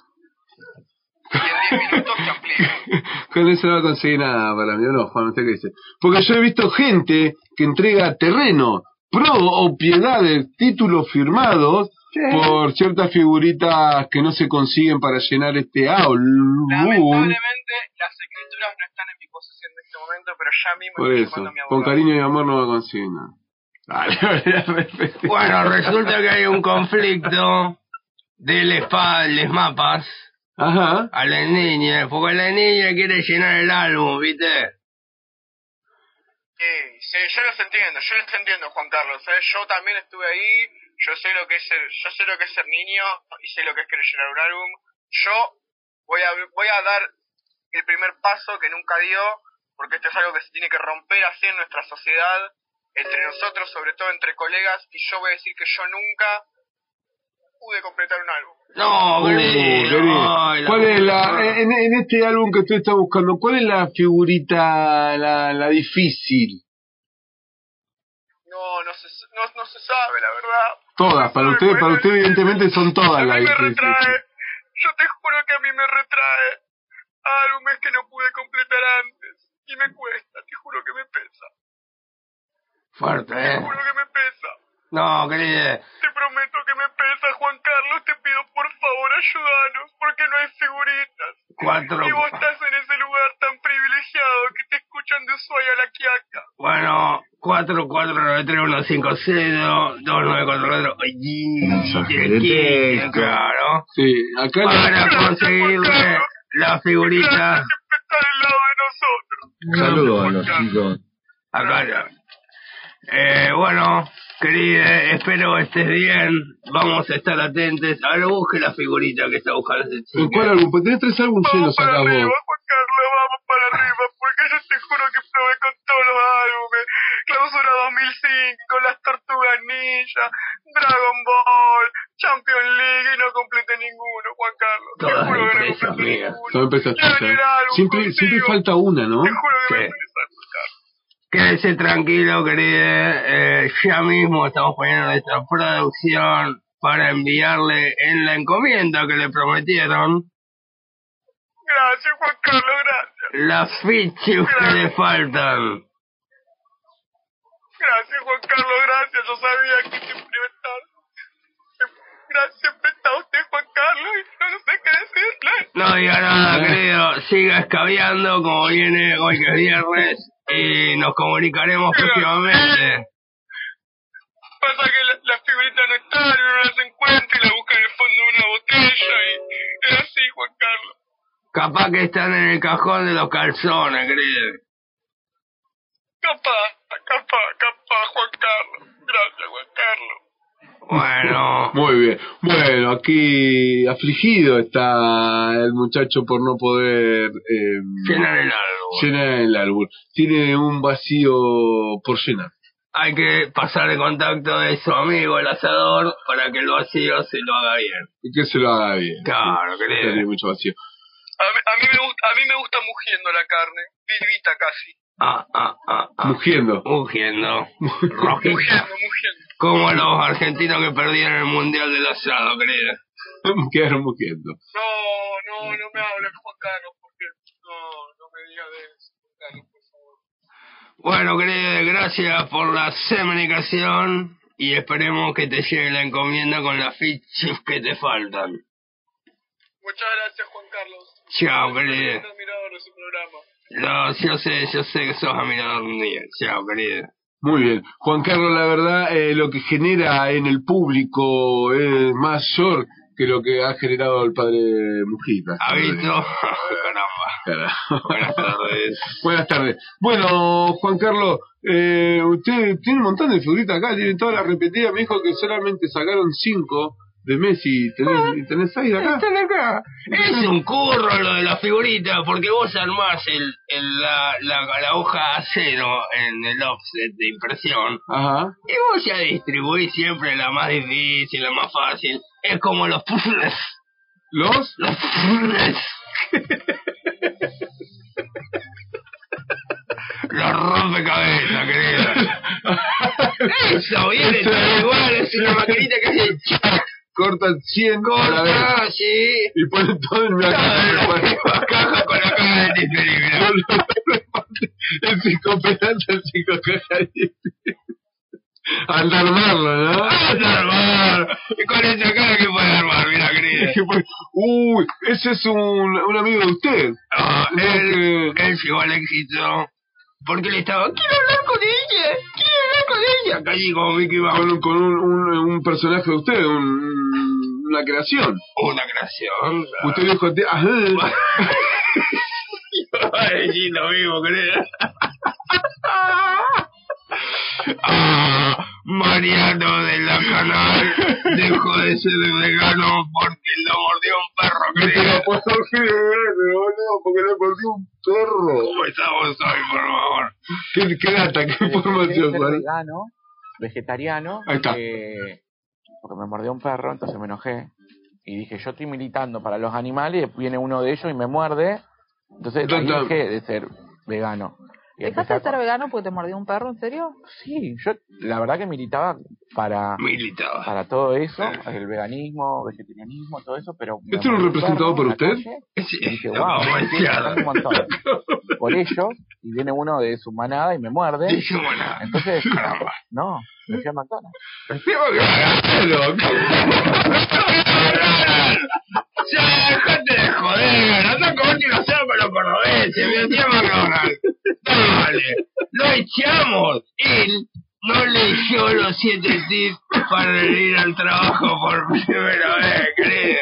C: con eso no va a conseguir nada para mí, no, Juan, usted qué dice. Porque yo he visto gente que entrega terreno, pro o piedades, títulos firmados por ciertas figuritas que no se consiguen para llenar este álbum.
G: Lamentablemente las escrituras no están en mi posesión en este momento, pero ya mismo
C: Por
G: estoy
C: eso,
G: llamando a mi
C: con
G: abogado.
C: cariño y amor no va a conseguir nada.
B: Bueno, resulta que hay un conflicto de les, pa- les mapas
C: Ajá.
B: a las niñas, porque la niña quiere llenar el álbum, ¿viste?
G: Sí, sí, yo los entiendo, yo los entiendo, Juan Carlos. ¿eh? Yo también estuve ahí, yo sé lo que es ser, yo sé lo que es ser niño y sé lo que es querer llenar un álbum. Yo voy a voy a dar el primer paso que nunca dio, porque esto es algo que se tiene que romper así en nuestra sociedad, entre nosotros, sobre todo entre colegas, y yo voy a decir que yo nunca pude completar un álbum.
B: No,
C: Uh, querido. ¿Cuál es la, en, en este álbum que usted está buscando, cuál es la figurita, la, la difícil?
G: No, no se, no, no se sabe, la verdad.
C: Todas, para usted, para usted evidentemente son todas las difíciles.
G: Yo te juro que a mí me retrae Ah, álbumes que no pude completar antes. Y me cuesta, te juro que me pesa.
B: Fuerte,
G: Te
B: ¿eh?
G: juro que me pesa.
B: No, querido.
G: Te prometo que me pesa, Juan Carlos. Te pido por favor ayudanos, porque no hay figuritas.
B: Cuatro.
G: Y vos estás en ese lugar tan privilegiado que te escuchan de Ushuaia a la Quiaca.
B: Bueno, 449315629444. Oye, te quiero, claro.
C: Sí, acá
B: Para conseguirle la figurita.
L: Saludos a los chicos.
B: Acá ya. Eh, bueno, querida, espero estés bien. Vamos a estar atentos. Ahora busque la figurita que está buscando. ese chico.
C: ¿En cuál álbum? Pues Tenés tres álbumes llenos acá vos.
G: Clausura 2005, Las Tortugas Ninja, Dragon Ball, Champions League y no completé ninguno, Juan Carlos. Te
C: Todas
G: juro que no
C: empresas
G: completé
C: mías.
G: ninguno.
C: Todo empieza a escuchar. Siempre, siempre falta una, ¿no?
B: ¿Qué? Quédese tranquilo, querida. Eh, ya mismo estamos poniendo nuestra producción para enviarle en la encomienda que le prometieron
G: Gracias, Juan Carlos, gracias.
B: las fichas que le faltan.
G: Gracias, Juan Carlos, gracias. Yo sabía que siempre iba a estar. Gracias, siempre está usted, Juan Carlos, y no sé qué decirle.
B: No diga nada, querido. Siga escabeando como viene hoy que es viernes y nos comunicaremos próximamente.
G: Pasa que la- las figuritas no están, uno las encuentra y las busca en el fondo de una botella y es así, Juan Carlos.
B: Capaz que están en el cajón de los calzones, querido.
G: Capaz, capaz, capaz, Juan Carlos. Gracias, Juan Carlos.
B: Bueno.
C: Muy bien. Bueno, aquí afligido está el muchacho por no poder eh,
B: Llenar el álbum.
C: llenar el álbum. Tiene un vacío por llenar.
B: Hay que pasar el contacto de su amigo, el asador, para que el vacío se lo haga bien.
C: Y que se lo haga bien.
B: Claro, querido.
C: Tiene mucho vacío.
G: A mí, a mí me gusta, a mí me gusta mugiendo la carne, vivita casi.
B: Ah, ah, ah, ah.
C: Mugiendo.
B: Mugiendo. Rojita. Como los argentinos que perdieron el mundial del asado, querido.
C: Quedaron mugiendo.
G: No, no, no me hables, Juan Carlos, porque no, no me digas de eso, Juan Carlos, por favor.
B: Bueno, querido, gracias por la comunicación y esperemos que te llegue la encomienda con las fichas que te faltan.
G: Muchas gracias, Juan Carlos.
B: Chao, querido.
G: Un admirador de su programa.
B: No, yo sé, yo sé que sos admirador mío. Chao, querido.
C: Muy bien. Juan Carlos, la verdad, eh, lo que genera en el público es mayor que lo que ha generado el padre Mujica.
B: Ah, ¿Habito?
C: Caramba.
B: Buenas tardes.
C: Buenas tardes. Bueno, Juan Carlos, eh, usted tiene un montón de figuritas acá, tienen todas las repetidas. Me dijo que solamente sacaron cinco de Messi. ¿Tenés, tenés seis acá?
B: Están acá. Es un curro lo de la figurita, porque vos armás el, el- la, la, la hoja a cero en el offset de impresión.
C: Ajá.
B: Y vos ya distribuís siempre la más difícil, la más fácil. Es como los puzzles.
C: ¿Los?
B: Los puzzles. los rompecabezas, querido. Eso, viene todo igual, es una maquinita que hace chac.
C: Cortan 100 a la vez.
B: Ah, sí.
C: y ponen todo en la
B: caja con la caja de diferente.
C: El psicopedazo, el psicocaja. Al armarlo, ¿no?
B: Vas a armar. Y con esa cara que puede armar, mira, querido.
C: Que fue- Uy, ese es un, un amigo de usted.
B: Ah, él, él llegó al éxito porque le estaba. Quiero hablar con ella, quiero hablar con ella. Casi como Mickey Mouse.
C: Con, con un, un, un personaje de usted, un- una creación.
B: Una creación.
C: Usted dijo, "Ah, eh". "Te- ajá".
B: Va a decir lo mismo, querido. Ah, Mariano de la canal dejó de ser vegano porque lo mordió un perro, querido.
C: Pues, Jorge, boludo, porque le mordió un perro.
B: ¿Cómo estamos hoy, por favor?
C: ¿Qué, qué data, qué información, ¿vale?
L: vegano, vegetariano,
C: Ahí está.
L: eh, porque me mordió un perro, entonces me enojé. Y dije, yo estoy militando para los animales, viene uno de ellos y me muerde. Entonces ahí
C: Total.
L: dejé de ser vegano. Y
O: ¿Dejaste
L: empecé a
O: de ser vegano porque te mordió un perro, en serio?
L: Sí, yo la verdad que militaba para para todo eso, el veganismo, vegetarianismo, todo eso, pero me
C: ¿Este era un
L: mordió
C: representado por
L: perro en la
C: usted?
L: calle y dije, "Guau,
B: no,
L: estoy
B: demasiado".
L: engordando un montón. Por ello, y viene uno de su manada y me muerde.
B: De su manada.
L: Entonces,
B: Caramba.
L: no, me fui a McDonald's.
B: Ya, dejate de joder, anda como un dinosaurio con los cordobeses, me decía McDonald's. Dale, lo echamos. Él no leyó los siete tips para ir al trabajo por primera vez, querida.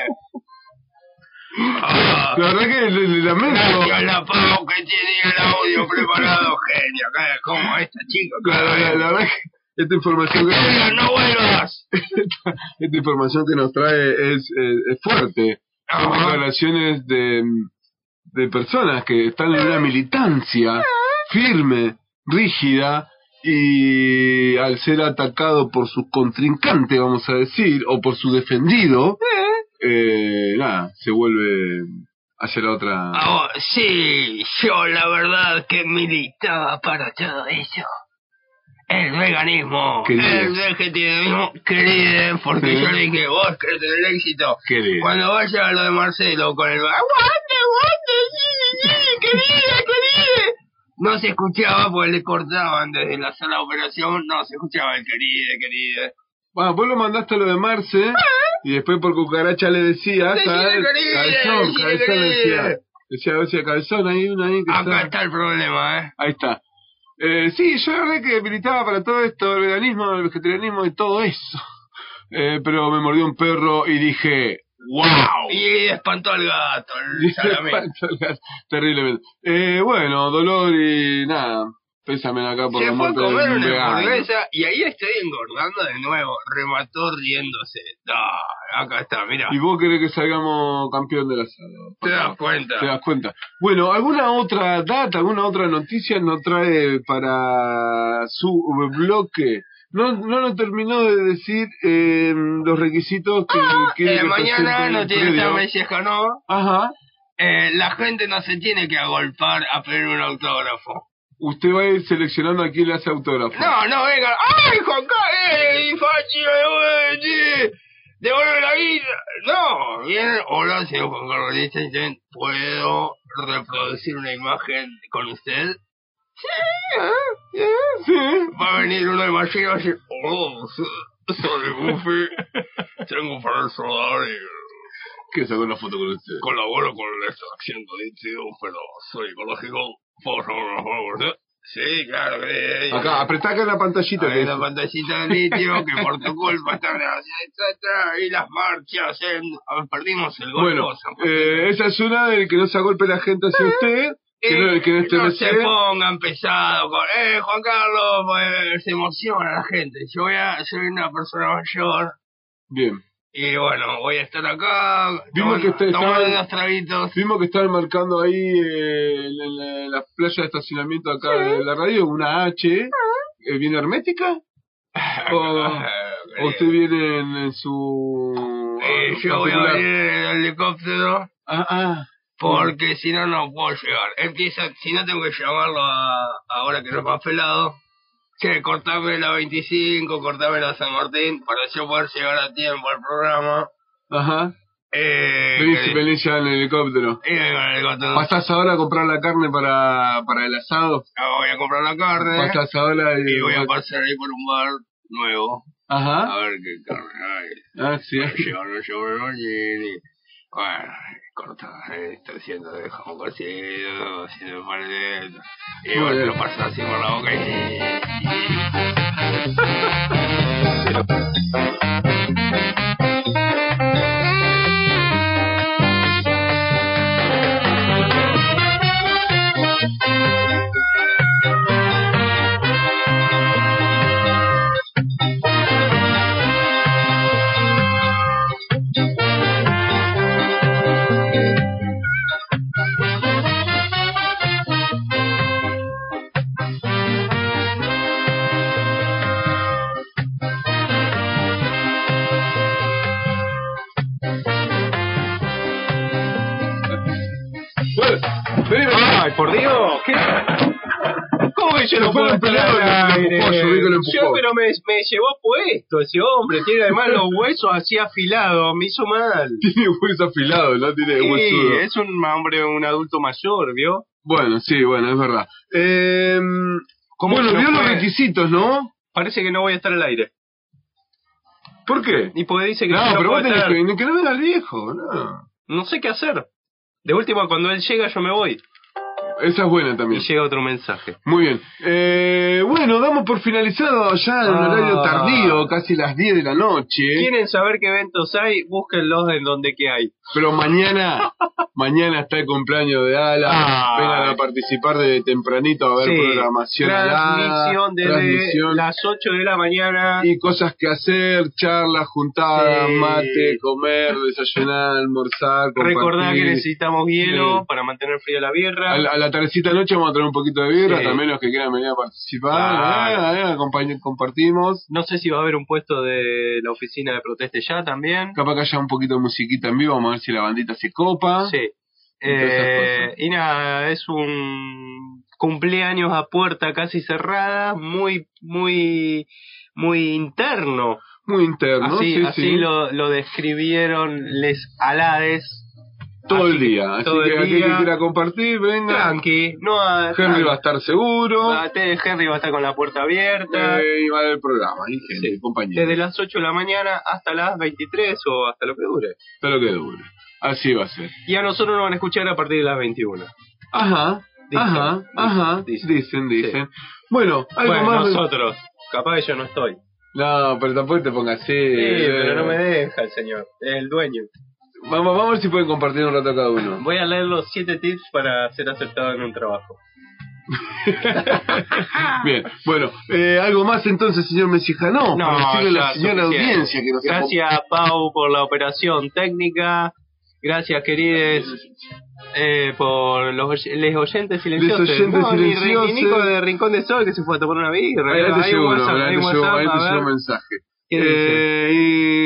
C: La verdad que le, le lamento.
B: Gracias, la Pau, que tiene el audio preparado, genio. cara, Como esta chica.
C: La,
B: cara.
C: la- la verdad que esta información que...
B: Pero no vuelvas.
C: esta, esta información que nos trae es, es- es fuerte. Son declaraciones de, de personas que están en una militancia firme, rígida, y al ser atacado por su contrincante, vamos a decir, o por su defendido, eh, nada, se vuelve hacia la otra.
B: Ah, vos, sí, yo la verdad que militaba para todo eso. El veganismo,
C: Querido.
B: el vegetarianismo, querido, porque
C: Sí.
B: yo le dije, vos querés tener éxito.
C: Querido.
B: Cuando vaya a lo de Marcelo con el... ¡Aguante, aguante! ¡Sí, sí, sí! ¡Querida, querida! No se escuchaba porque le cortaban desde la sala de operación, no se escuchaba el querido, querido.
C: Bueno, vos lo mandaste a lo de Marce y después por cucaracha le decías
B: Decile,
C: a
B: querida,
C: Cabezón,
B: decile,
C: Cabezón le
B: querida.
C: decía, decía, decía, Cabezón, hay una ahí que
B: Acá
C: está-
B: está el problema, ¿eh?
C: Ahí está. Eh, sí, yo la verdad que militaba para todo esto, el veganismo, el vegetarianismo y todo eso. Eh, pero me mordió un perro y dije, wow.
B: Y espantó al gato, el salamín.
C: Terriblemente. Eh, bueno, dolor y nada. Pésame acá por
B: Se
C: la
B: fue a
C: muerte de
B: comer
C: un
B: una
C: vegano.
B: hamburguesa y ahí estoy engordando de nuevo. Remató riéndose. Ah, acá está, mira.
C: Y vos querés que salgamos campeón del asado.
B: Te das cuenta.
C: Te das cuenta. Bueno, ¿alguna otra data, alguna otra noticia nos trae para su bloque? No, no nos terminó de decir eh, los requisitos que quiere
B: Eh,
C: que presente
B: mañana
C: el
B: no tiene
C: predio.
B: examen Yescanova.
C: Ajá.
B: Eh, la gente no se tiene que agolpar a pedir un autógrafo.
C: Usted va a ir seleccionando a quién le hace autógrafo.
B: No, no, venga. ¡Ay, Juan Carlos! ¡Ey, Fachi! devuelve, sí! ¡Devuelve la guita! No, bien. Hola, señor Juan Carlos Lichtenstein. ¿Puedo reproducir una imagen con usted? Sí,
C: ¿eh? sí.
B: Va a venir uno de Machine y va a decir, oh, so- soy Buffy, tengo para el solar y
C: ¿Qué sacó una foto con usted?
B: colaboro con el extracción de litio, pero soy ecológico, por favor, por favor, ¿sí?
P: Sí, claro. que-
C: Acá, apretá acá la pantallita.
P: Ahí
C: que-
P: la pantallita de litio que por tu culpa está y las marchas en- ah, perdimos el gol
C: Bueno, eh, esa es una del que no se agolpe la gente hacia
B: Eh,
C: usted. eh, Que no, que no esté
P: no se
C: merced.
P: pongan pesados con, eh, Juan Carlos, pues, se emociona la gente. Yo voy a, soy una persona mayor
C: Bien.
P: y bueno, voy a estar acá.
C: Vimos
P: tomando-
C: que ustedes
P: tomando
C: estaban-
P: unos traguitos.
C: Vimos que estaban marcando ahí eh, en la, en la- en la playa de estacionamiento acá de la radio una H.
P: Ah.
C: eh, ¿Viene hermética? ¿O, o Oh, usted viene en, en su.
P: Eh, yo voy a
C: particular?
P: venir en el helicóptero
C: Ah, ah.
P: porque si no, no puedo llegar. Empieza, si no, tengo que llamarlo a, ahora que no es más pelado. Che, cortame la 25, cortame la San Martín para yo poder llegar a tiempo al programa.
C: Ajá.
P: Eh,
C: Venís,
P: que-
C: venís ya en el helicóptero.
P: eh, vengo en el helicóptero.
C: Pasás ahora a comprar la carne para, para el asado.
P: Ah, voy a comprar la carne.
C: Pasás ahora y.
P: Y voy a pasar ahí por un bar nuevo.
C: Ajá.
P: A ver qué carne hay.
C: Ah, sí.
P: No llevo, no llevo el bollini. Bueno, corta esto, haciendo de jamón cocido, haciendo de paredes. Y
C: Muy
P: vos te
C: bien.
P: lo pasas así por la boca y...
B: Ay, por Dios, ¿qué? ¿Cómo que yo no
C: No
B: puedo
C: puedo
B: entrar al
C: entrar, lo
B: aire?
C: empujó, yo vi que lo empujó.
B: Yo, pero me, me llevó puesto ese hombre. Tiene además los huesos así afilados, me hizo mal.
C: Tiene hueso afilado, no tiene
B: Sí,
C: huesudo.
P: eh.
B: es un hombre, un adulto mayor, ¿vio?
C: Bueno, sí, bueno, es verdad. Eh,
B: ¿Cómo
C: bueno,
B: que no
C: vio los
B: fue?
C: requisitos, ¿no?
B: Parece que no voy a estar al aire.
C: ¿Por qué?
B: Y porque dice que
C: no,
B: yo no
C: pero
B: puedo
C: vos tenés
B: estar.
C: que, que no venga el viejo, no.
B: No sé qué hacer. De última, cuando él llega, yo me voy.
C: Esa es buena también.
B: Y llega otro mensaje.
C: Muy bien. Eh, bueno, damos por finalizado ya en un
B: Ah.
C: horario tardío, casi las 10 de la noche.
B: ¿Quieren saber qué eventos hay? Búsquenlos en donde que hay.
C: Pero mañana, mañana está el cumpleaños de Alan.
B: Ah.
C: Vengan a participar de tempranito a ver
B: Sí,
C: programación. al ala,
B: Transmisión desde
C: transmisión.
B: las 8 de la mañana.
C: y cosas que hacer, charlas, juntadas,
B: Sí.
C: mate, comer, desayunar, almorzar, compartir.
B: Recordá que necesitamos hielo
C: Sí.
B: para mantener fría la birra.
C: A la, a la tardecita noche vamos a traer un poquito de birra,
B: Sí.
C: también los que quieran venir a participar,
B: Claro.
C: Ah, ah, acompañ- compartimos.
B: No sé si va a haber un puesto de la oficina de proteste ya también.
C: Capaz que haya un poquito de musiquita en vivo, vamos a ver si la bandita se copa.
B: Sí.
C: Ah. Entre esas
B: Eh, y nada, es un cumpleaños a puerta casi cerrada, muy, muy, muy interno.
C: Muy interno,
B: Así,
C: sí,
B: así
C: sí.
B: Lo, lo describieron les alades.
C: todo el día. Así
B: todo
C: que
B: el
C: aquel
B: día.
C: que quiera compartir, venga.
B: Tranqui, no a-
C: Henry va a estar seguro.
B: Ah, te- Henry va a estar con la puerta abierta.
C: Eh, y va a ver el programa, y gente, compañero.
B: Desde las 8 de la mañana hasta las 23 o hasta lo que dure.
C: Hasta lo que dure. Así va a ser.
B: Y a nosotros nos van a escuchar a partir de las 21.
C: Ajá,
B: Dicen,
C: ajá,
B: dicen,
C: ajá. Dicen, dicen. Bueno, algo
B: bueno,
C: más.
B: nosotros. Capaz que yo no estoy.
C: No, pero tampoco te pongas así.
B: Sí, pero
C: eh.
B: no me deja el señor, el dueño.
C: Vamos, vamos a ver si pueden compartir un rato cada uno.
B: Voy a leer los 7 tips para ser aceptado en un trabajo. Ah.
C: Bien, bueno, eh, algo más entonces, señor Mesija. No, para decirle a la
B: ya, suficiente.
C: señora audiencia que nos
B: Gracias, Pau, por la operación técnica. Gracias, queridos, eh, por los oy- les oyentes silenciosos.
C: Les oyentes
B: No, ni
C: silenciosos.
B: Ricky Nico de Rincón de Sol que se fue a tomar una birra.
C: Ahí te
B: Hay
C: llegó
B: un
C: uno,
B: WhatsApp,
C: ahí
B: hay
C: te
B: un
C: llegó ahí
B: WhatsApp,
C: te
B: a
C: llegó
B: ver.
C: un mensaje.
B: ¿Qué dice?
C: Eh,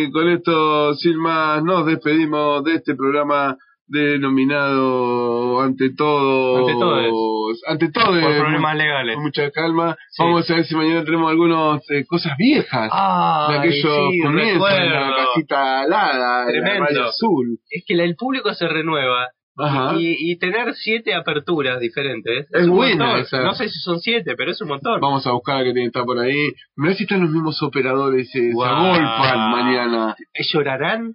C: y con esto, sin más, nos despedimos de este programa denominado Ante todo.
B: Ante
C: todos. Ante todo.
B: Por problemas legales.
C: Mucha calma. Vamos a ver si mañana tenemos algunas eh, cosas viejas. de
B: Ay,
C: aquellos
B: Ah, sí,
C: comienzos, de la
B: recuerdo.
C: casita alada, de la
B: Tremendo.
C: radio azul.
B: Es que la- el público se renueva.
C: Ajá.
B: Y, y tener siete aperturas diferentes
C: Ah. Es
B: un
C: buena
B: montón.
C: esa.
B: No sé si son siete, pero es un montón.
C: Vamos a buscar a que tiene que estar por ahí. Mirá si están los mismos operadores, eh, se
B: Guau.
C: agolpan mañana.
B: ¿Llorarán?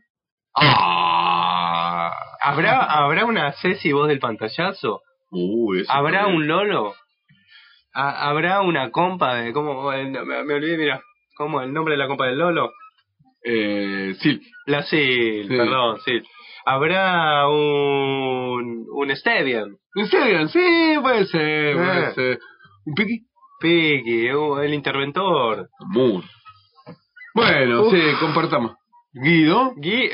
B: Ah. ¿Habrá, ¿Habrá una Ceci voz del pantallazo?
C: Uy, eso
B: ¿Habrá
C: también.
B: un Lolo? Ha- ¿Habrá una compa de cómo el- me, me olvidé, mira, cómo el nombre de la compa del Lolo?
C: Eh, Sil.
B: La Sil, perdón, Sil. Habrá un un Stevian.
C: ¿En serio? Sí, puede
B: Eh.
C: ser, puede ser. ¿Un piqui?
B: Piqui, uh, el interventor.
C: Moore. Bueno,
B: Uf.
C: sí, compartamos. Guido.
B: Gui-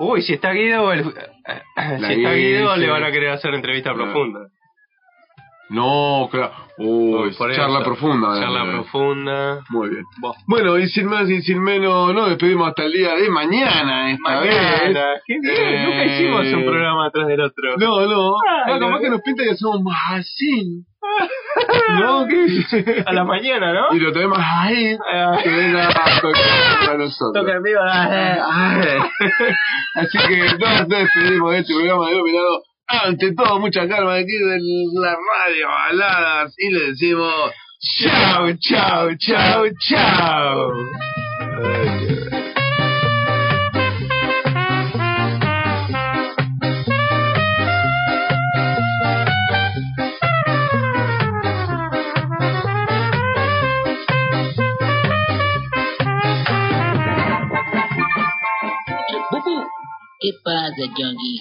B: Uy, si está Guido, el- eh, si está Guido
C: Guille.
B: le van a querer hacer entrevista profunda.
C: No, claro. Uy,
B: Por eso.
C: charla profunda.
B: Charla
C: eh.
B: profunda.
C: Muy bien. Bueno, y sin más y sin menos, nos despedimos hasta el día de mañana esta
B: Mañana.
C: vez.
B: Qué bien, nunca hicimos
C: Eh.
B: un programa atrás del otro.
C: No, no.
B: Ay,
C: no,
B: no.
C: capaz que nos pinta que somos más así. no, que
B: A la mañana, ¿no?
C: Y lo tenemos ahí. Que venga a tocar para nosotros.
B: Toca en vivo.
C: Así que nos despedimos de este programa denominado Ante todo, mucha calma aquí de la radio Baladas y le decimos chao, chao, chao, chao.
Q: ¿Qué pasa, Yogi?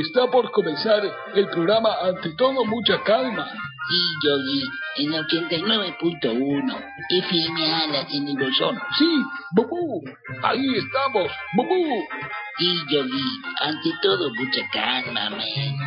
Q: Está por comenzar el programa Ante todo, mucha calma. Sí, Yogi, en 89.1, FM Alas en el bolsón. Sí, Bubú, ahí estamos, Bubú. Sí, Yogi, ante todo, mucha calma, man.